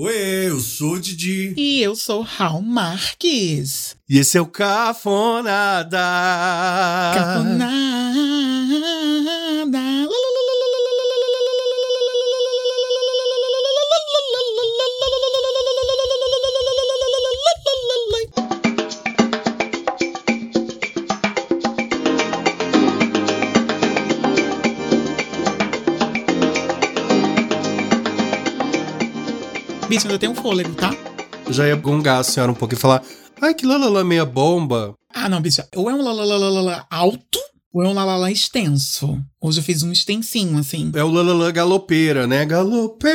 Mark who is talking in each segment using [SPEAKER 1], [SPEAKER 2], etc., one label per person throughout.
[SPEAKER 1] Oi, eu sou o Didi.
[SPEAKER 2] E eu sou Raul Marques.
[SPEAKER 1] E esse é o Cafonada. Ah.
[SPEAKER 2] Cafonada. Bicho, ainda tem um fôlego, tá?
[SPEAKER 1] Eu já ia gongar a senhora um pouco e falar: ai, que lalala meia bomba.
[SPEAKER 2] Ah, não, bicho. Ou é um lalalalala alto, ou é um lalala extenso. Hoje eu fiz um extensinho, assim.
[SPEAKER 1] É o lalala galopeira, né? Galope.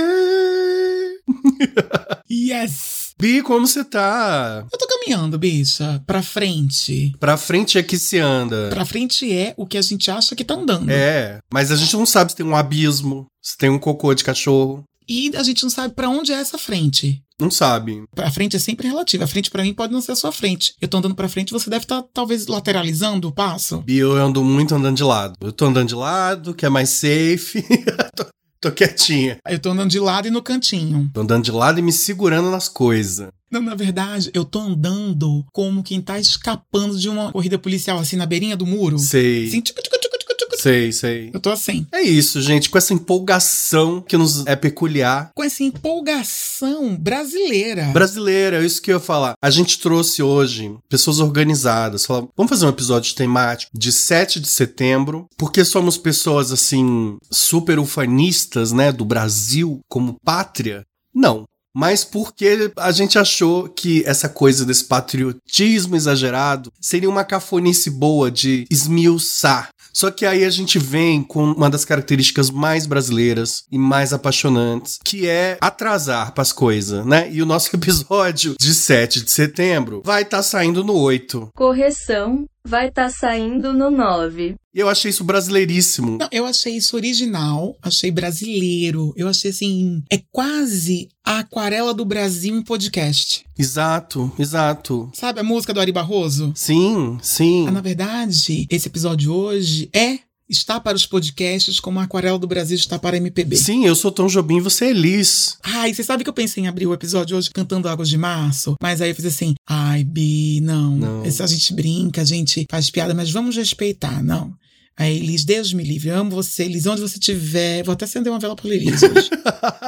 [SPEAKER 2] Yes!
[SPEAKER 1] Bi, como você tá?
[SPEAKER 2] Eu tô caminhando, bicha, pra frente.
[SPEAKER 1] Pra frente é que se anda.
[SPEAKER 2] Pra frente é o que a gente acha que tá andando.
[SPEAKER 1] É, mas a gente não sabe se tem um abismo, se tem um cocô de cachorro.
[SPEAKER 2] E a gente não sabe pra onde é essa frente.
[SPEAKER 1] Não sabe.
[SPEAKER 2] Pra frente é sempre relativa. A frente pra mim pode não ser a sua frente. Eu tô andando pra frente, você deve estar talvez lateralizando o passo.
[SPEAKER 1] Bi, eu ando muito andando de lado. Eu tô andando de lado, que é mais safe. tô, tô quietinha.
[SPEAKER 2] Eu tô andando de lado e no cantinho.
[SPEAKER 1] Tô andando de lado e me segurando nas coisas.
[SPEAKER 2] Não, na verdade, eu tô andando como quem tá escapando de uma corrida policial, assim, na beirinha do muro.
[SPEAKER 1] Sei.
[SPEAKER 2] Assim, tchucu, tchucu, tchucu, tchucu, tchucu.
[SPEAKER 1] Sei, sei.
[SPEAKER 2] Eu tô assim.
[SPEAKER 1] É isso, gente. Com essa empolgação que nos é peculiar.
[SPEAKER 2] Com essa empolgação brasileira.
[SPEAKER 1] Brasileira, é isso que eu ia falar. A gente trouxe hoje pessoas organizadas. Falar, vamos fazer um episódio temático de 7 de setembro, porque somos pessoas, assim, super ufanistas, né, do Brasil como pátria. Não, mas porque a gente achou que essa coisa desse patriotismo exagerado seria uma cafonice boa de esmiuçar. Só que aí a gente vem com uma das características mais brasileiras e mais apaixonantes, que é atrasar pras coisas, né? E o nosso episódio de 7 de setembro vai estar saindo no 8.
[SPEAKER 3] Correção, vai estar saindo no 9.
[SPEAKER 1] E eu achei isso brasileiríssimo.
[SPEAKER 2] Não, eu achei isso original, achei brasileiro. Eu achei assim, é quase a aquarela do Brasil em podcast.
[SPEAKER 1] Exato, exato.
[SPEAKER 2] Sabe a música do Ari Barroso?
[SPEAKER 1] Sim, sim.
[SPEAKER 2] Ah, na verdade, esse episódio hoje é está para os podcasts como a aquarela do Brasil está para a MPB.
[SPEAKER 1] Sim, eu sou Tom Jobim e você é Liz.
[SPEAKER 2] Ai, você sabe que eu pensei em abrir o episódio hoje cantando Águas de Março? Mas aí eu fiz assim, ai, Bi, não.
[SPEAKER 1] Não.
[SPEAKER 2] Esse a gente brinca, a gente faz piada, mas vamos respeitar, não. Aí, Liz, Deus me livre, eu amo você, Liz, onde você estiver. Vou até acender uma vela para Liz hoje.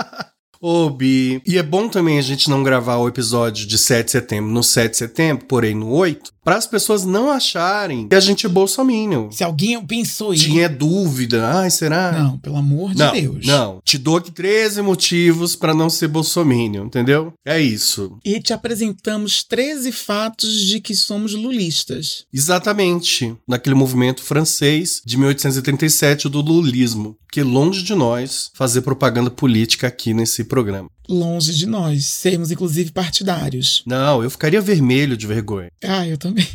[SPEAKER 1] Ô, Bi. E é bom também a gente não gravar o episódio de 7 de setembro no 7 de setembro, porém no 8, para as pessoas não acharem que a gente é bolsominion.
[SPEAKER 2] Se alguém pensou isso...
[SPEAKER 1] Tinha dúvida. Ai, será?
[SPEAKER 2] Não, pelo amor É de
[SPEAKER 1] não,
[SPEAKER 2] Deus.
[SPEAKER 1] não. Te dou aqui 13 motivos para não ser bolsominion, entendeu? É isso.
[SPEAKER 2] E te apresentamos 13 fatos de que somos lulistas.
[SPEAKER 1] Exatamente. Naquele movimento francês de 1837 do lulismo. Que longe de nós fazer propaganda política aqui nesse programa.
[SPEAKER 2] Longe de nós sermos, inclusive, partidários.
[SPEAKER 1] Não, eu ficaria vermelho de vergonha.
[SPEAKER 2] Ah, eu também.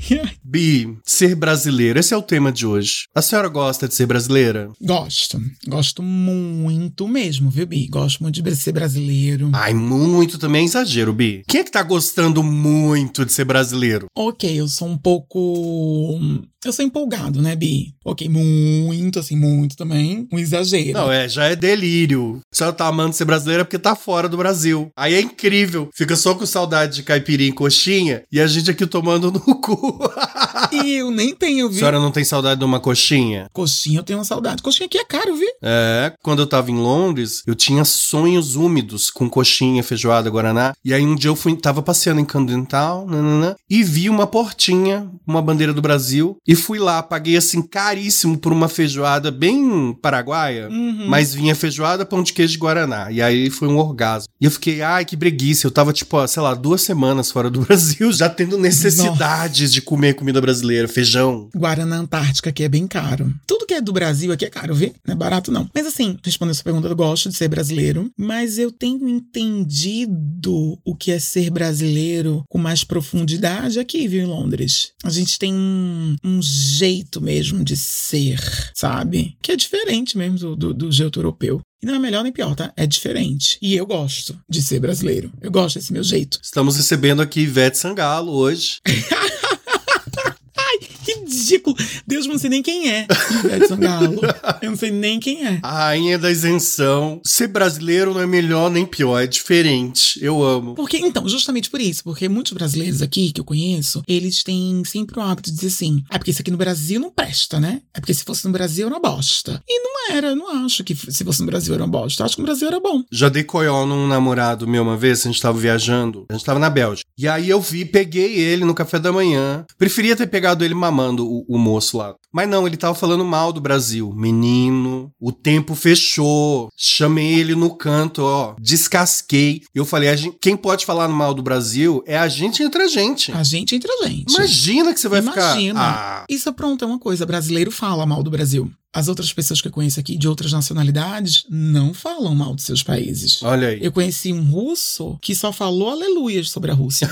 [SPEAKER 1] Bi, ser brasileiro, esse é o tema de hoje. A senhora gosta de ser brasileira?
[SPEAKER 2] Gosto. Gosto muito mesmo, viu, Bi? Gosto muito de ser brasileiro.
[SPEAKER 1] Ai, muito também é exagero, Bi. Quem é que tá gostando muito de ser brasileiro?
[SPEAKER 2] Ok, eu sou um pouco. hum, Eu sou empolgado, né, Bi? Ok, muito, assim, muito também. Um exagero.
[SPEAKER 1] Não, é, já é delírio. A senhora tá amando ser brasileira porque tá fora do Brasil. Aí é incrível. Fica só com saudade de caipirinha e coxinha e a gente aqui tomando no cu.
[SPEAKER 2] E eu nem tenho,
[SPEAKER 1] A
[SPEAKER 2] viu?
[SPEAKER 1] senhora não tem saudade de uma coxinha?
[SPEAKER 2] Coxinha, eu tenho uma saudade. Coxinha aqui é caro, viu?
[SPEAKER 1] É, quando eu tava em Londres, eu tinha sonhos úmidos com coxinha, feijoada, guaraná. E aí um dia eu fui, tava passeando em Camden Town, nananã, e vi uma portinha, uma bandeira do Brasil, e fui lá, paguei assim caríssimo por uma feijoada bem paraguaia, Uhum. mas vinha feijoada, pão de queijo e guaraná. E aí foi um orgasmo. E eu fiquei, ai, que breguice. Eu tava tipo, ó, sei lá, duas semanas fora do Brasil, já tendo necessidades de comer comida brasileira, feijão.
[SPEAKER 2] Guaraná Antártica aqui é bem caro. Tudo que é do Brasil aqui é caro, viu? Não é barato, não. Mas assim, respondendo essa pergunta, eu gosto de ser brasileiro, mas eu tenho entendido o que é ser brasileiro com mais profundidade aqui, viu, em Londres. A gente tem um, um jeito mesmo de ser, sabe? Que é diferente mesmo do, do, do jeito europeu. E não é melhor nem pior, tá? É diferente. E eu gosto de ser brasileiro. Eu gosto desse meu jeito.
[SPEAKER 1] Estamos recebendo aqui Ivete Sangalo hoje.
[SPEAKER 2] Ai, que ridículo! Deus mesmo não sei nem quem é Ivete Sangalo. Eu não sei nem quem é.
[SPEAKER 1] A rainha da isenção. Ser brasileiro não é melhor nem pior, é diferente. Eu amo.
[SPEAKER 2] Porque, então, justamente por isso, porque muitos brasileiros aqui que eu conheço, eles têm sempre o hábito de dizer assim: ah, porque isso aqui no Brasil não presta, né? É porque se fosse no Brasil era uma bosta. E não era, eu não acho que se fosse no Brasil era uma bosta. Eu acho que no Brasil era bom.
[SPEAKER 1] Já dei coió num namorado meu uma vez, a gente tava viajando, a gente tava na Bélgica. E aí eu vi, peguei ele no café da manhã. Preferia ter pegado ele mamando o, o moço lá. Mas não, ele tava falando mal do Brasil. Menino, o tempo fechou. Chamei ele no canto, ó. Descasquei. Eu falei, a gente, quem pode falar mal do Brasil é a gente entre a gente.
[SPEAKER 2] A gente é entre a gente.
[SPEAKER 1] Imagina que você vai ficar.
[SPEAKER 2] Imagina.
[SPEAKER 1] Ah,
[SPEAKER 2] Isso pronto é uma coisa. Brasileiro fala mal do Brasil. As outras pessoas que eu conheço aqui de outras nacionalidades não falam mal dos seus países.
[SPEAKER 1] olha aí.
[SPEAKER 2] Eu conheci um russo que só falou aleluias sobre a Rússia.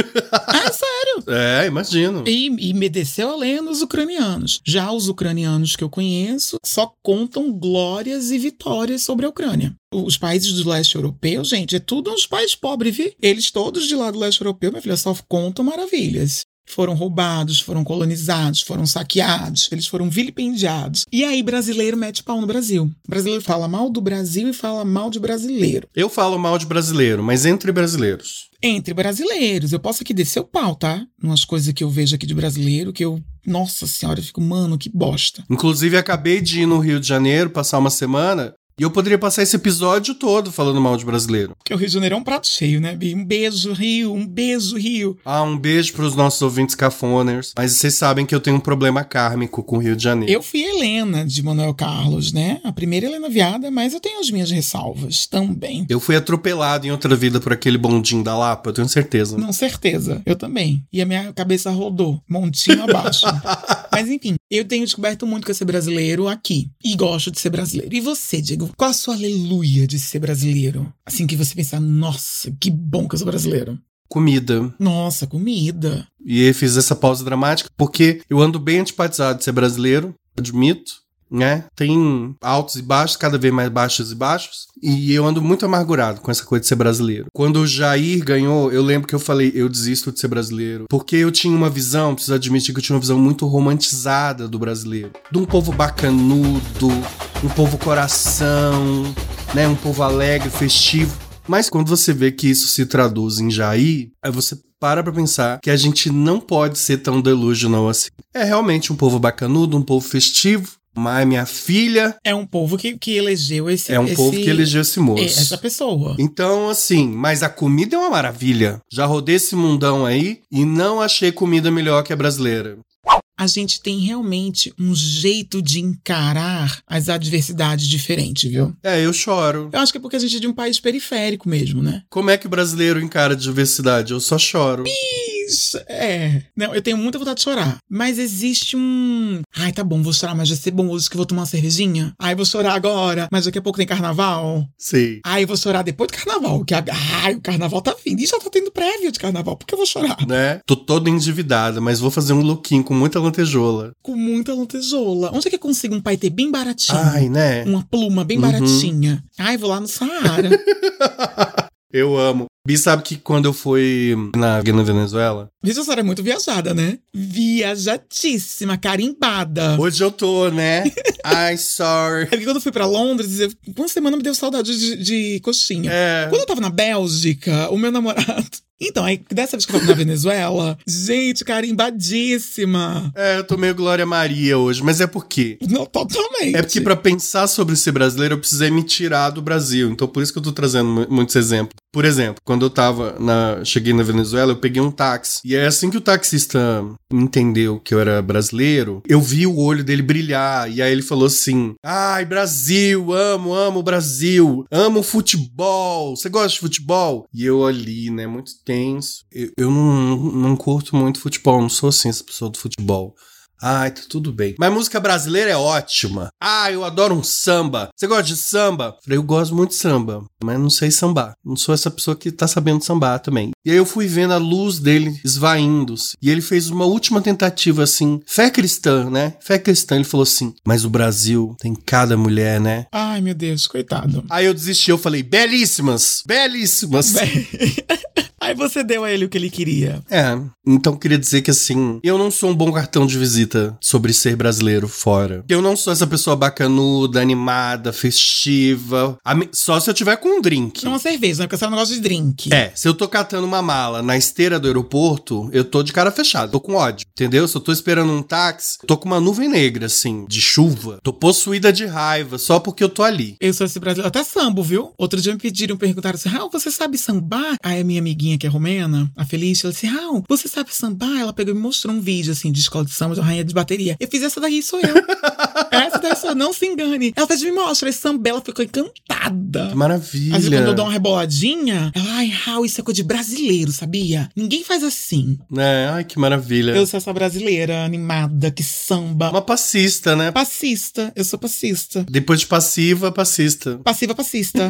[SPEAKER 2] é sério.
[SPEAKER 1] É, imagino.
[SPEAKER 2] E, e me desceu a lenha nos ucranianos. Já os ucranianos que eu conheço só contam glórias e vitórias sobre a Ucrânia. Os países do leste europeu, gente, é tudo uns países pobres, viu? Eles todos de lá do leste europeu, minha filha, só contam maravilhas. Foram roubados, foram colonizados, foram saqueados, eles foram vilipendiados. E aí, brasileiro mete pau no Brasil. brasileiro fala mal do Brasil e fala mal de brasileiro.
[SPEAKER 1] Eu falo mal de brasileiro, mas entre brasileiros.
[SPEAKER 2] entre brasileiros. Eu posso aqui descer o pau, tá? Umas coisas que eu vejo aqui de brasileiro que eu, nossa senhora, eu fico, mano, que bosta.
[SPEAKER 1] Inclusive, acabei de ir no Rio de Janeiro passar uma semana e eu poderia passar esse episódio todo falando mal de brasileiro.
[SPEAKER 2] Porque o Rio de Janeiro é um prato cheio, né, Bi? Um beijo, Rio, um beijo, Rio.
[SPEAKER 1] Ah, um beijo pros nossos ouvintes cafoners. Mas vocês sabem que eu tenho um problema kármico com o Rio de Janeiro.
[SPEAKER 2] Eu fui Helena de Manuel Carlos, né? A primeira Helena Viada, mas eu tenho as minhas ressalvas também.
[SPEAKER 1] Eu fui atropelado em outra vida por aquele bondinho da Lapa, eu tenho certeza.
[SPEAKER 2] Não, certeza. Eu também. E a minha cabeça rodou, montinho abaixo. Mas enfim, eu tenho descoberto muito que eu ser brasileiro aqui. E gosto de ser brasileiro. E você, Diego, qual a sua aleluia de ser brasileiro? Assim que você pensar, nossa, que bom que eu sou brasileiro.
[SPEAKER 1] Comida.
[SPEAKER 2] Nossa, comida.
[SPEAKER 1] E eu fiz essa pausa dramática porque eu ando bem antipatizado de ser brasileiro, admito. Né? Tem altos e baixos, cada vez mais baixos e baixos. E eu ando muito amargurado com essa coisa de ser brasileiro. Quando o Jair ganhou, eu lembro que eu falei, eu desisto de ser brasileiro. Porque eu tinha uma visão, preciso admitir que eu tinha uma visão muito romantizada do brasileiro. De um povo bacanudo, um povo coração, né? Um povo alegre, festivo. Mas quando você vê que isso se traduz em Jair, aí você para pra pensar que a gente não pode ser tão delusional assim. É realmente um povo bacanudo, um povo festivo. Mas minha filha
[SPEAKER 2] É um povo que, que elegeu esse.
[SPEAKER 1] é um
[SPEAKER 2] esse-
[SPEAKER 1] povo que elegeu esse moço.
[SPEAKER 2] é, Essa pessoa.
[SPEAKER 1] Então, assim, mas a comida é uma maravilha. Já rodei esse mundão aí e não achei comida melhor que a brasileira.
[SPEAKER 2] A gente tem realmente um jeito de encarar as adversidades diferente, viu?
[SPEAKER 1] É, eu choro.
[SPEAKER 2] Eu acho que é porque a gente é de um país periférico mesmo, né?
[SPEAKER 1] Como é que o brasileiro encara a diversidade? Eu só choro.
[SPEAKER 2] Isso, é. Não, eu tenho muita vontade de chorar. Mas existe um. Ai, tá bom, vou chorar, mas vai ser bom hoje que eu vou tomar uma cervejinha. Ai, vou chorar agora, mas daqui a pouco tem carnaval.
[SPEAKER 1] Sei.
[SPEAKER 2] Ai, eu vou chorar depois do carnaval. Que a... Ai, o carnaval tá vindo. E já tá tendo prévia de carnaval. Por que eu vou chorar?
[SPEAKER 1] Né? Tô todo endividada, mas vou fazer um lookinho com muita lantejola.
[SPEAKER 2] Com muita lantejola. Onde é que eu consigo um paetê bem baratinho?
[SPEAKER 1] Ai, né?
[SPEAKER 2] Uma pluma bem
[SPEAKER 1] Uhum.
[SPEAKER 2] baratinha. Ai, vou lá no Saara.
[SPEAKER 1] Eu amo. Bi sabe que quando eu fui na, na Venezuela,
[SPEAKER 2] Veja, a senhora é muito viajada, né? Viajatíssima, carimbada.
[SPEAKER 1] hoje eu tô, né? Ai, sorry.
[SPEAKER 2] É que quando eu fui pra Londres, eu- uma semana me deu saudade de, de coxinha.
[SPEAKER 1] É.
[SPEAKER 2] Quando eu tava na Bélgica, o meu namorado. Então, aí dessa vez que eu tava na Venezuela, gente, carimbadíssima.
[SPEAKER 1] É, eu tô meio Glória Maria hoje, mas é por quê?
[SPEAKER 2] Não, totalmente.
[SPEAKER 1] É porque pra pensar sobre ser brasileiro eu precisei me tirar do Brasil. Então por isso que eu tô trazendo mu- muitos exemplos. Por exemplo, quando eu tava na cheguei na Venezuela, eu peguei um táxi. E é assim que o taxista entendeu que eu era brasileiro, eu vi o olho dele brilhar e aí ele falou assim: "Ai, Brasil, amo, amo o Brasil, amo futebol. Você gosta de futebol?" E eu ali, né, muito tenso. Eu, eu não, não curto muito futebol, não sou assim essa pessoa do futebol. Ai, tá tudo bem. Mas música brasileira é ótima. Ah, eu adoro um samba. Você gosta de samba? Falei, eu gosto muito de samba, mas não sei sambar. Não sou essa pessoa que tá sabendo sambar também. E aí eu fui vendo a luz dele esvaindo-se. E ele fez uma última tentativa assim, fé cristã, né? Fé cristã. Ele falou assim: Mas o Brasil tem cada mulher, né?
[SPEAKER 2] Ai, meu Deus, coitado.
[SPEAKER 1] Aí eu desisti, eu falei, belíssimas, belíssimas.
[SPEAKER 2] Bem, Aí Ai, você deu a ele o que ele queria.
[SPEAKER 1] É, então queria dizer que assim, eu não sou um bom cartão de visita sobre ser brasileiro fora. Eu não sou essa pessoa bacanuda, animada, festiva. Ami- Só se eu tiver com um drink.
[SPEAKER 2] Não uma cerveja, né? Porque você não gosta de drink.
[SPEAKER 1] É, se eu tô catando uma mala na esteira do aeroporto, eu tô de cara fechada, tô com ódio, entendeu? Se eu tô esperando um táxi, tô com uma nuvem negra, assim, de chuva. Tô possuída de raiva só porque eu tô ali.
[SPEAKER 2] Eu sou esse brasileiro. Até sambo, viu? Outro dia me pediram, perguntaram assim: Raul, você sabe sambar? Aí a minha amiguinha que é romena, a Feliz, ela disse: Raul, você sabe sambar? Ela pegou e me mostrou um vídeo assim de escola de samba, de uma rainha de bateria. Eu fiz essa daí, sou eu. essa daí sou eu, não se engane. Ela até me mostra, esse samba, ela ficou encantada.
[SPEAKER 1] Que
[SPEAKER 2] Às vezes,
[SPEAKER 1] Maravilha.
[SPEAKER 2] quando eu dou um uma reboladinha, ela, ai, Raul, isso é coisa de brasileiro, sabia? Ninguém faz assim.
[SPEAKER 1] É, ai, que maravilha.
[SPEAKER 2] Eu sou essa brasileira animada que samba.
[SPEAKER 1] Uma passista, né?
[SPEAKER 2] Passista, eu sou passista.
[SPEAKER 1] Depois de passiva, passista.
[SPEAKER 2] Passiva passista.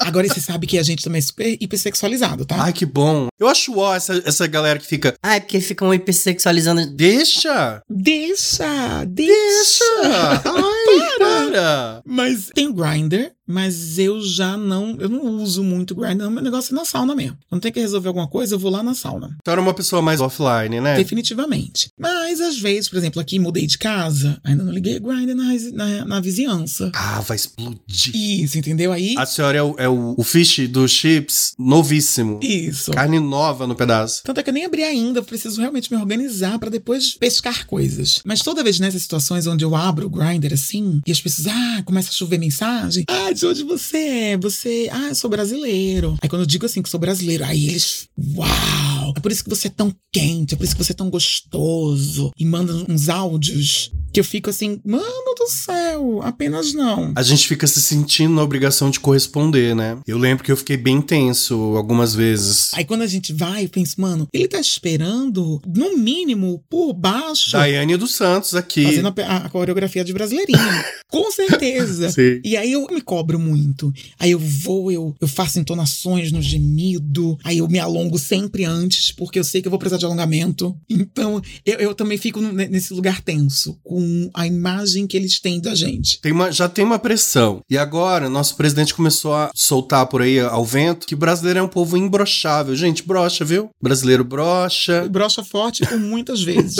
[SPEAKER 2] Agora você sabe que a gente também é super hipersexualizado, tá?
[SPEAKER 1] Ai, que bom. Eu acho ó essa, essa galera que fica.
[SPEAKER 4] Ai, porque ficam hipersexualizando.
[SPEAKER 1] Deixa!
[SPEAKER 2] Deixa, deixa.
[SPEAKER 1] Ah, Ai, para!
[SPEAKER 2] Mas tem o Grindr, mas eu já não, eu não uso muito Grindr, não, meu negócio é na sauna mesmo. Quando tem que resolver alguma coisa, eu vou lá na sauna.
[SPEAKER 1] Então era uma pessoa mais offline, né?
[SPEAKER 2] Definitivamente. Mas às vezes, por exemplo, aqui mudei de casa, ainda não liguei Grindr na, resi- na, na vizinhança.
[SPEAKER 1] Ah, vai explodir.
[SPEAKER 2] Isso, entendeu? Aí,
[SPEAKER 1] A senhora é o, é o, o fish do chips novíssimo.
[SPEAKER 2] isso.
[SPEAKER 1] Carne nova no pedaço.
[SPEAKER 2] Tanto é que eu nem abri ainda, eu preciso realmente me organizar pra depois pescar coisas. Mas toda vez nessas situações onde eu abro o grinder assim, e as pessoas, ah, começa a chover mensagem. Ah, de onde você é? Você, ah, eu sou brasileiro. Aí quando eu digo assim que sou brasileiro, aí eles, uau! É por isso que você é tão quente, é por isso que você é tão gostoso. E mandam uns áudios que eu fico assim, mano do céu, apenas não.
[SPEAKER 1] A gente fica se sentindo na obrigação de corresponder, né? Eu lembro que eu fiquei bem tenso algumas vezes.
[SPEAKER 2] Aí quando a gente vai, eu penso, mano, ele tá esperando, no mínimo, por baixo,
[SPEAKER 1] Daiane dos Santos aqui.
[SPEAKER 2] Fazendo a, pe- a- a coreografia de brasileirinho. né? com certeza.
[SPEAKER 1] Sim.
[SPEAKER 2] E aí eu me cobro muito. Aí eu vou, eu, eu faço entonações no gemido. Aí eu me alongo sempre antes, porque eu sei que eu vou precisar de alongamento. Então, eu, eu também fico no- nesse lugar tenso com a imagem que eles têm da gente.
[SPEAKER 1] Tem uma, já tem uma pressão. E agora, nosso presidente começou a soltar por aí ao vento que brasileiro é um povo imbrochável. Gente, brocha, viu? Brasileiro brocha.
[SPEAKER 2] Brocha forte por muitas vezes.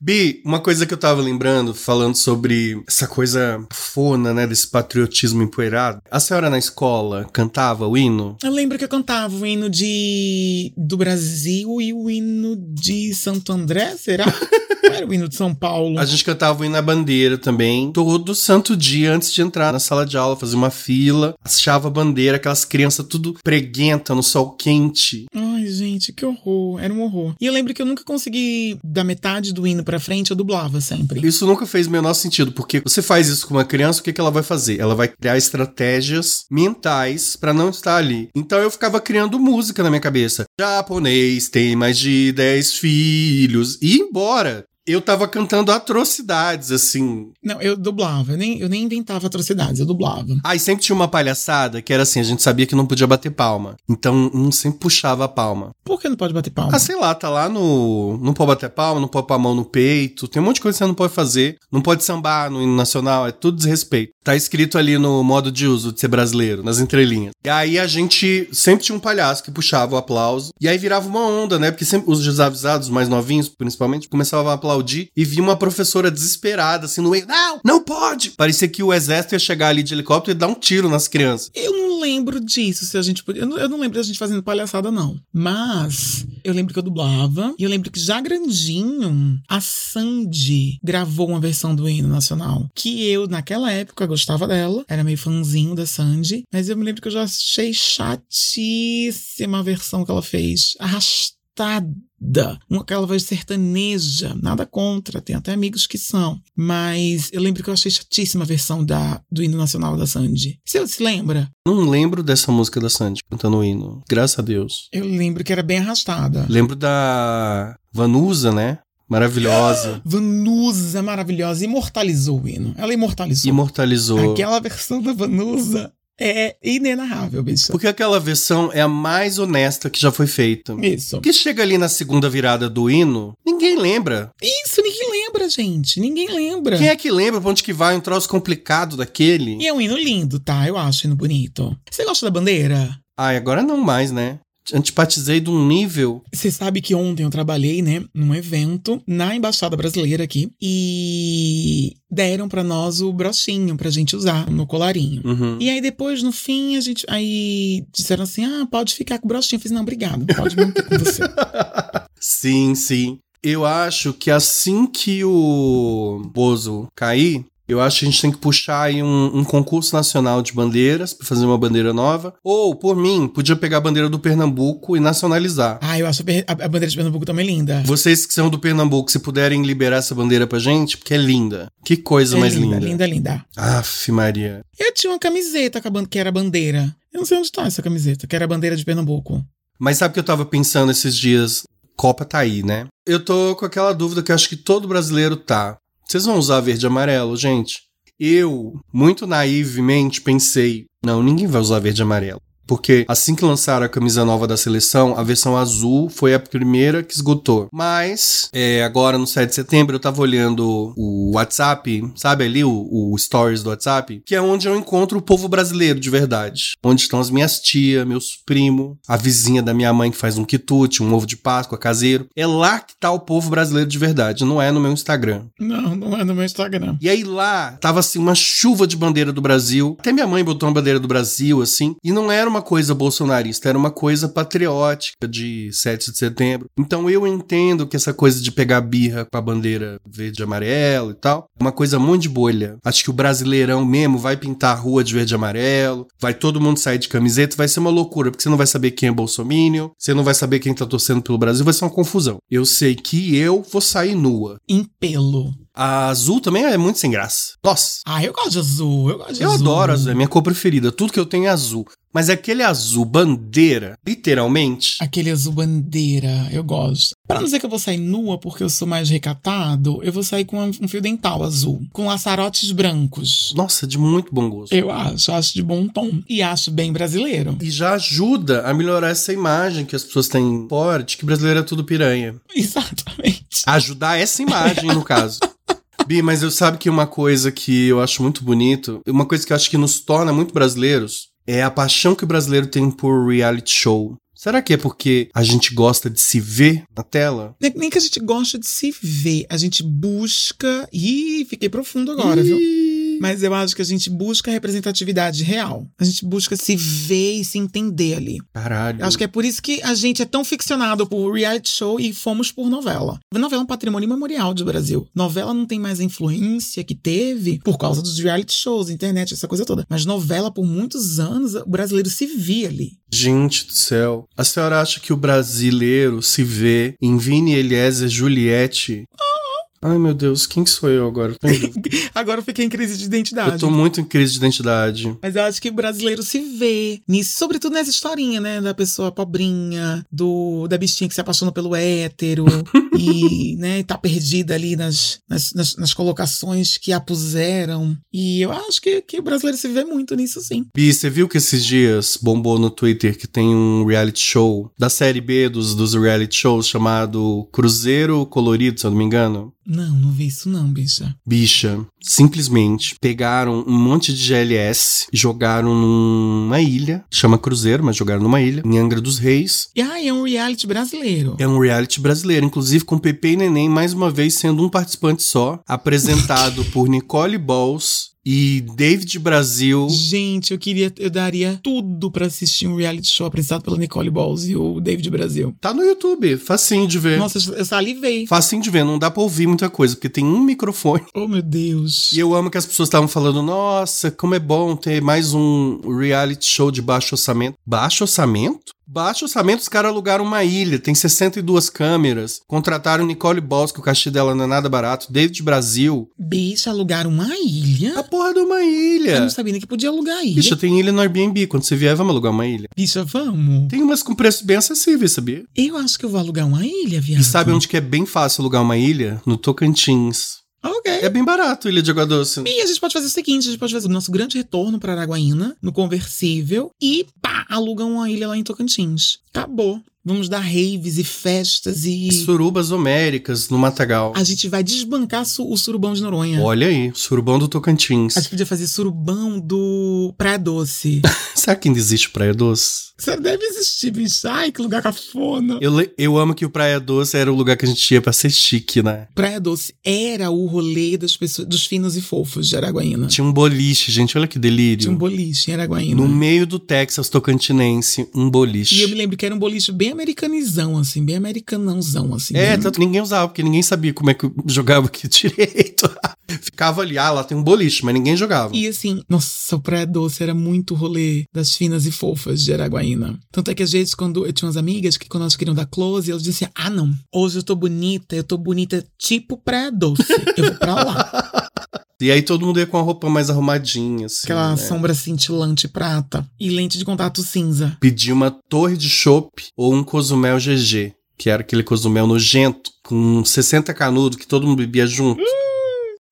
[SPEAKER 1] Bi, uma coisa que eu tava lembrando, falando sobre essa coisa fona, né? Desse patriotismo empoeirado. A senhora na escola cantava o hino?
[SPEAKER 2] Eu lembro que eu cantava o hino de do Brasil e o hino de Santo André, será? Ou era o hino de São Paulo?
[SPEAKER 1] A gente cantava o hino na bandeira também. Todo santo dia, antes de entrar na sala de aula, fazia uma fila, achava a bandeira, aquelas crianças tudo preguenta no sol quente.
[SPEAKER 2] Ai, gente, que horror. Era um horror. E eu lembro que eu nunca consegui, da metade do hino pra frente, eu dublava sempre.
[SPEAKER 1] Isso nunca fez o menor sentido, porque você faz isso com uma criança, o que, que ela vai fazer? Ela vai criar estratégias mentais pra não estar ali. Então eu ficava criando música na minha cabeça. Japonês tem mais de 10 filhos. E embora. Eu tava cantando atrocidades, assim.
[SPEAKER 2] Não, eu dublava. Eu nem, eu nem inventava atrocidades, eu dublava.
[SPEAKER 1] Ah, e sempre tinha uma palhaçada que era assim, a gente sabia que não podia bater palma. Então, um sempre puxava a palma.
[SPEAKER 2] Por que não pode bater palma?
[SPEAKER 1] Ah, sei lá, tá lá no. Não pode bater palma, não pode pôr a mão no peito. Tem um monte de coisa que você não pode fazer. Não pode sambar no hino nacional, é tudo desrespeito. Tá escrito ali no modo de uso de ser brasileiro, nas entrelinhas. E aí a gente sempre tinha um palhaço que puxava o aplauso. E aí virava uma onda, né? Porque sempre os desavisados, os mais novinhos, principalmente, começavam a aplaudir e via uma professora desesperada, assim, no meio. Não! Não pode! Parecia que o exército ia chegar ali de helicóptero e dar um tiro nas crianças.
[SPEAKER 2] Eu não lembro disso, se a gente podia. Eu não, eu não lembro da gente fazendo palhaçada, não. Mas eu lembro que eu dublava. E eu lembro que já grandinho, a Sandy gravou uma versão do hino nacional. Que eu, naquela época, gostava dela. Era meio fãzinho da Sandy. Mas eu me lembro que eu já achei chatíssima a versão que ela fez. Arrastada. Uma- Aquela voz sertaneja, nada contra, tem até amigos que são. Mas eu lembro que eu achei chatíssima a versão da, do hino nacional da Sandy. Você se lembra?
[SPEAKER 1] Não lembro dessa música da Sandy cantando o hino. Graças a Deus.
[SPEAKER 2] Eu lembro que era bem arrastada.
[SPEAKER 1] Lembro da Vanusa, né? Maravilhosa.
[SPEAKER 2] Vanusa maravilhosa imortalizou o hino. Ela imortalizou.
[SPEAKER 1] Imortalizou.
[SPEAKER 2] Aquela versão da Vanusa é inenarrável, bicho.
[SPEAKER 1] Porque aquela versão é a mais honesta que já foi feita.
[SPEAKER 2] Isso.
[SPEAKER 1] Porque chega ali na segunda virada do hino, ninguém lembra.
[SPEAKER 2] Isso ninguém lembra, gente. Ninguém lembra.
[SPEAKER 1] Quem é que lembra pra onde que vai um troço complicado daquele?
[SPEAKER 2] E é um hino lindo, tá? Eu acho o hino bonito. Você gosta da bandeira?
[SPEAKER 1] Ai, agora não mais, né? antipatizei de um nível.
[SPEAKER 2] Você sabe que ontem eu trabalhei, né, num evento na Embaixada Brasileira aqui e deram pra nós o brochinho pra gente usar no colarinho.
[SPEAKER 1] Uhum.
[SPEAKER 2] E aí depois, no fim, a gente. Aí disseram assim: ah, pode ficar com o brochinho. Eu fiz, não, obrigado, pode manter com você.
[SPEAKER 1] Sim, sim. Eu acho que assim que o Bozo cair, eu acho que a gente tem que puxar aí um, um concurso nacional de bandeiras pra fazer uma bandeira nova. Ou, por mim, podia pegar a bandeira do Pernambuco e nacionalizar.
[SPEAKER 2] ah, eu acho a per- a, a bandeira de Pernambuco também linda.
[SPEAKER 1] Vocês que são do Pernambuco, se puderem liberar essa bandeira pra gente, porque é linda. Que coisa
[SPEAKER 2] É
[SPEAKER 1] mais
[SPEAKER 2] linda,
[SPEAKER 1] linda.
[SPEAKER 2] linda, linda.
[SPEAKER 1] Aff, Maria.
[SPEAKER 2] Eu tinha uma camiseta com a ban- que era bandeira. Eu não sei onde tá essa camiseta, que era a bandeira de Pernambuco.
[SPEAKER 1] Mas sabe o que eu tava pensando esses dias? Copa tá aí, né? Eu tô com aquela dúvida que eu acho que todo brasileiro tá. Vocês vão usar verde e amarelo, gente? Eu, muito naivemente, pensei: não, ninguém vai usar verde e amarelo. Porque assim que lançaram a camisa nova da seleção, a versão azul foi a primeira que esgotou. Mas, é, agora no 7 de setembro, eu tava olhando o WhatsApp, sabe ali o, o Stories do WhatsApp? Que é onde eu encontro o povo brasileiro de verdade. Onde estão as minhas tias, meus primos, a vizinha da minha mãe que faz um quitute, um ovo de Páscoa caseiro. É lá que tá o povo brasileiro de verdade, não é no meu Instagram.
[SPEAKER 2] Não, não é no meu Instagram.
[SPEAKER 1] E aí lá tava assim uma chuva de bandeira do Brasil. Até minha mãe botou uma bandeira do Brasil assim, e não era uma coisa bolsonarista, era uma coisa patriótica de 7 de setembro. Então eu entendo que essa coisa de pegar birra com a bandeira verde e amarelo e tal, é uma coisa muito de bolha. Acho que o brasileirão mesmo vai pintar a rua de verde e amarelo, vai todo mundo sair de camiseta, vai ser uma loucura, porque você não vai saber quem é bolsominion, você não vai saber quem tá torcendo pelo Brasil, vai ser uma confusão. Eu sei que eu vou sair nua.
[SPEAKER 2] Em pelo.
[SPEAKER 1] A azul também é muito sem graça. Nossa,
[SPEAKER 2] Ah, eu gosto de azul. Eu gosto de
[SPEAKER 1] eu
[SPEAKER 2] azul.
[SPEAKER 1] adoro azul, é minha cor preferida. Tudo que eu tenho é azul. Mas aquele azul bandeira, literalmente.
[SPEAKER 2] Aquele azul bandeira, eu gosto. Pra não dizer que eu vou sair nua porque eu sou mais recatado, eu vou sair com um um fio dental azul, com laçarotes brancos.
[SPEAKER 1] Nossa, é de muito bom gosto.
[SPEAKER 2] Eu acho, acho de bom tom. E acho bem brasileiro.
[SPEAKER 1] E já ajuda a melhorar essa imagem que as pessoas têm fora de que brasileiro é tudo piranha.
[SPEAKER 2] Exatamente.
[SPEAKER 1] Ajudar essa imagem, no caso. Bi, mas eu sabe que uma coisa que eu acho muito bonito, uma coisa que eu acho que nos torna muito brasileiros, é a paixão que o brasileiro tem por reality show. Será que é porque a gente gosta de se ver na tela?
[SPEAKER 2] Nem nem que a gente gosta de se ver, a gente busca. Ih, fiquei profundo agora, viu? Mas eu acho que a gente busca a representatividade real. A gente busca se ver e se entender ali.
[SPEAKER 1] Caralho.
[SPEAKER 2] Acho que é por isso que a gente é tão ficcionado por reality show e fomos por novela. Novela é um patrimônio memorial do Brasil. Novela não tem mais a influência que teve por causa dos reality shows, internet, essa coisa toda. Mas novela, por muitos anos, o brasileiro se via ali.
[SPEAKER 1] é- Gente do céu. A senhora acha que o brasileiro se vê em Vini Eliezer Juliette? Ai, meu Deus, quem que sou eu agora? Eu tô em dúvida.
[SPEAKER 2] Agora eu fiquei em crise de identidade.
[SPEAKER 1] Eu tô muito em crise de identidade.
[SPEAKER 2] Mas eu acho que o brasileiro se vê nisso, sobretudo nessa historinha, né? Da pessoa pobrinha, do da bichinha que se apaixona pelo hétero e, né, tá perdida ali nas, nas, nas, nas colocações que a puseram. E eu acho que, que o brasileiro se vê muito nisso, sim.
[SPEAKER 1] Bi, você viu que esses dias bombou no Twitter que tem um reality show da série B dos, dos reality shows chamado Cruzeiro Colorido, se eu não me engano?
[SPEAKER 2] Não, não vi isso não, bicha.
[SPEAKER 1] Bicha, simplesmente pegaram um monte de GLS, jogaram numa ilha, chama Cruzeiro, mas jogaram numa ilha, em Angra dos Reis,
[SPEAKER 2] E ai, é um reality brasileiro.
[SPEAKER 1] É um reality brasileiro, inclusive com Pepe e Neném, mais uma vez sendo um participante só, apresentado por Nicole Balls e David Brasil.
[SPEAKER 2] Gente, eu queria, eu daria tudo pra assistir um reality show apresentado pela Nicole Balls e o David Brasil.
[SPEAKER 1] Tá no YouTube, facinho de ver.
[SPEAKER 2] Nossa, eu salivei.
[SPEAKER 1] Facinho de ver, não dá pra ouvir muita coisa, porque tem um microfone.
[SPEAKER 2] Oh, meu Deus.
[SPEAKER 1] E eu amo que as pessoas estavam falando, nossa, como é bom ter mais um reality show de baixo orçamento. Baixo orçamento? Baixo orçamento, os caras alugaram uma ilha, tem 62 câmeras, contrataram Nicole Balls, que o cachê dela não é nada barato, David Brasil.
[SPEAKER 2] Bicha, alugaram uma ilha?
[SPEAKER 1] A porra de uma ilha!
[SPEAKER 2] Eu não sabia nem que podia alugar ilha.
[SPEAKER 1] Bicha, tem ilha no Airbnb. Quando você vier, vamos alugar uma ilha.
[SPEAKER 2] Bicha, vamos.
[SPEAKER 1] Tem umas com preço bem acessível, sabia?
[SPEAKER 2] Eu acho que eu vou alugar uma ilha, viado.
[SPEAKER 1] E sabe onde que é bem fácil alugar uma ilha? No Tocantins.
[SPEAKER 2] Ah, Ok.
[SPEAKER 1] É bem barato, ilha de água doce.
[SPEAKER 2] E a gente pode fazer o seguinte, a gente pode fazer o nosso grande retorno para Araguaína, no conversível, e pá, pá, alugam uma ilha lá em Tocantins. Acabou. Vamos dar raves e festas e.
[SPEAKER 1] Surubas homéricas no Matagal.
[SPEAKER 2] A gente vai desbancar su- o surubão de Noronha.
[SPEAKER 1] Olha aí, surubão do Tocantins.
[SPEAKER 2] A gente podia fazer surubão do Praia Doce.
[SPEAKER 1] Será que ainda existe Praia Doce?
[SPEAKER 2] Isso deve existir, bicho. Ai, que lugar cafona.
[SPEAKER 1] Eu, le- eu amo que o Praia Doce era o lugar que a gente ia pra ser chique, né?
[SPEAKER 2] Praia Doce era o rolê das pessoas, dos finos e fofos de Araguaína.
[SPEAKER 1] Tinha um boliche, gente, olha que delírio.
[SPEAKER 2] Tinha um boliche em Araguaína.
[SPEAKER 1] no meio do Texas tocantinense, um boliche.
[SPEAKER 2] E eu me lembro que era um boliche bem americanizão, assim, bem americanãozão, assim.
[SPEAKER 1] É,
[SPEAKER 2] né?
[SPEAKER 1] tanto que ninguém usava, porque ninguém sabia como é que jogava aqui direito. Ficava ali, ah, lá tem um boliche, mas ninguém jogava.
[SPEAKER 2] E assim, nossa, o Praia Doce era muito rolê das finas e fofas de Araguaína. Tanto é que às vezes, quando eu tinha umas amigas que quando elas queriam dar close, elas diziam: Ah, não, hoje eu tô bonita, eu tô bonita tipo Praia Doce. Eu vou pra lá.
[SPEAKER 1] E aí todo mundo ia com a roupa mais arrumadinha, assim.
[SPEAKER 2] Aquela
[SPEAKER 1] né?
[SPEAKER 2] sombra cintilante prata e lente de contato cinza.
[SPEAKER 1] Pedir uma torre de chopp ou um cozumel GG, que era aquele cozumel nojento, com 60 canudo que todo mundo bebia
[SPEAKER 2] Hum?
[SPEAKER 1] junto.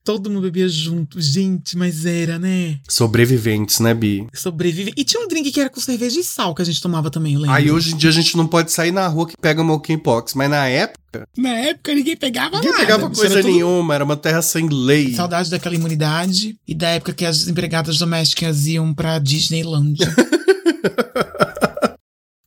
[SPEAKER 2] Todo mundo bebia junto. Gente, mas era, né?
[SPEAKER 1] Sobreviventes, né, Bi?
[SPEAKER 2] Sobrevive. E tinha um drink que era com cerveja e sal que a gente tomava também, eu lembro.
[SPEAKER 1] Aí hoje em dia a gente não pode sair na rua que pega monkeypox, mas na época
[SPEAKER 2] Na época ninguém pegava
[SPEAKER 1] ninguém
[SPEAKER 2] nada.
[SPEAKER 1] pegava
[SPEAKER 2] bicho,
[SPEAKER 1] coisa
[SPEAKER 2] era tudo
[SPEAKER 1] nenhuma, era uma terra sem lei.
[SPEAKER 2] Saudade daquela imunidade e da época que as empregadas domésticas iam pra Disneylandia.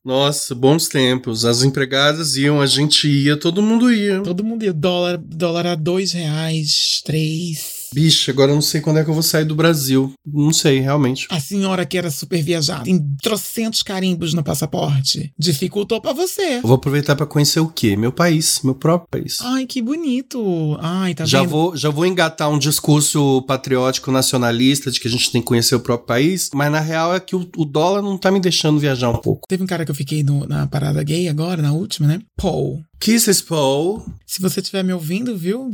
[SPEAKER 1] Nossa, bons tempos. As empregadas iam, a gente ia, todo mundo ia.
[SPEAKER 2] Todo mundo ia. Dólar, dólar a dois reais, três.
[SPEAKER 1] Bicho, agora eu não sei quando é que eu vou sair do Brasil. Não sei, realmente.
[SPEAKER 2] A senhora que era super viajada tem trocentos carimbos no passaporte. Dificultou pra você.
[SPEAKER 1] Eu vou aproveitar pra conhecer o quê? Meu país, meu próprio país.
[SPEAKER 2] Ai, que bonito. Ai, tá
[SPEAKER 1] já,
[SPEAKER 2] vendo?
[SPEAKER 1] vou, já vou engatar um discurso patriótico nacionalista de que a gente tem que conhecer o próprio país, mas na real é que o, o dólar não tá me deixando viajar um pouco.
[SPEAKER 2] Teve um cara que eu fiquei no- na parada gay agora, na última, né? Paul.
[SPEAKER 1] Kisses, Paul.
[SPEAKER 2] Se você estiver me ouvindo, viu?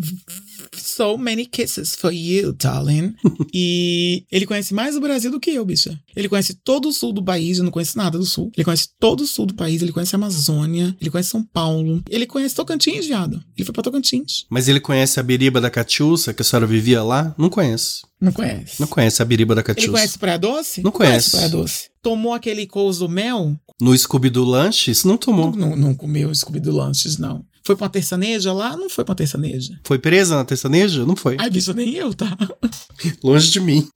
[SPEAKER 2] So many kisses for you, darling. e ele conhece mais o Brasil do que eu, bicha. Ele conhece todo o sul do país, eu não conheço nada do sul. Ele conhece todo o sul do país, ele conhece a Amazônia, ele conhece São Paulo. Ele conhece Tocantins, viado. Ele foi pra Tocantins.
[SPEAKER 1] Mas ele conhece a biriba da Catiúça, que a senhora vivia lá? Não conhece.
[SPEAKER 2] Não conhece.
[SPEAKER 1] Não conhece a biriba da
[SPEAKER 2] Ele
[SPEAKER 1] Catiúça.
[SPEAKER 2] conhece Praia Doce?
[SPEAKER 1] Não conhece.
[SPEAKER 2] Praia Doce. Tomou aquele cozumel?
[SPEAKER 1] No Scooby do Lanche, isso não tomou.
[SPEAKER 2] Não, não, não comeu Scooby do Lanches, não. Foi pra uma terçaneja lá? Não foi pra uma terçaneja.
[SPEAKER 1] Foi presa na testaneja? Não foi.
[SPEAKER 2] Ai, bicha, nem eu, tá?
[SPEAKER 1] Longe de mim.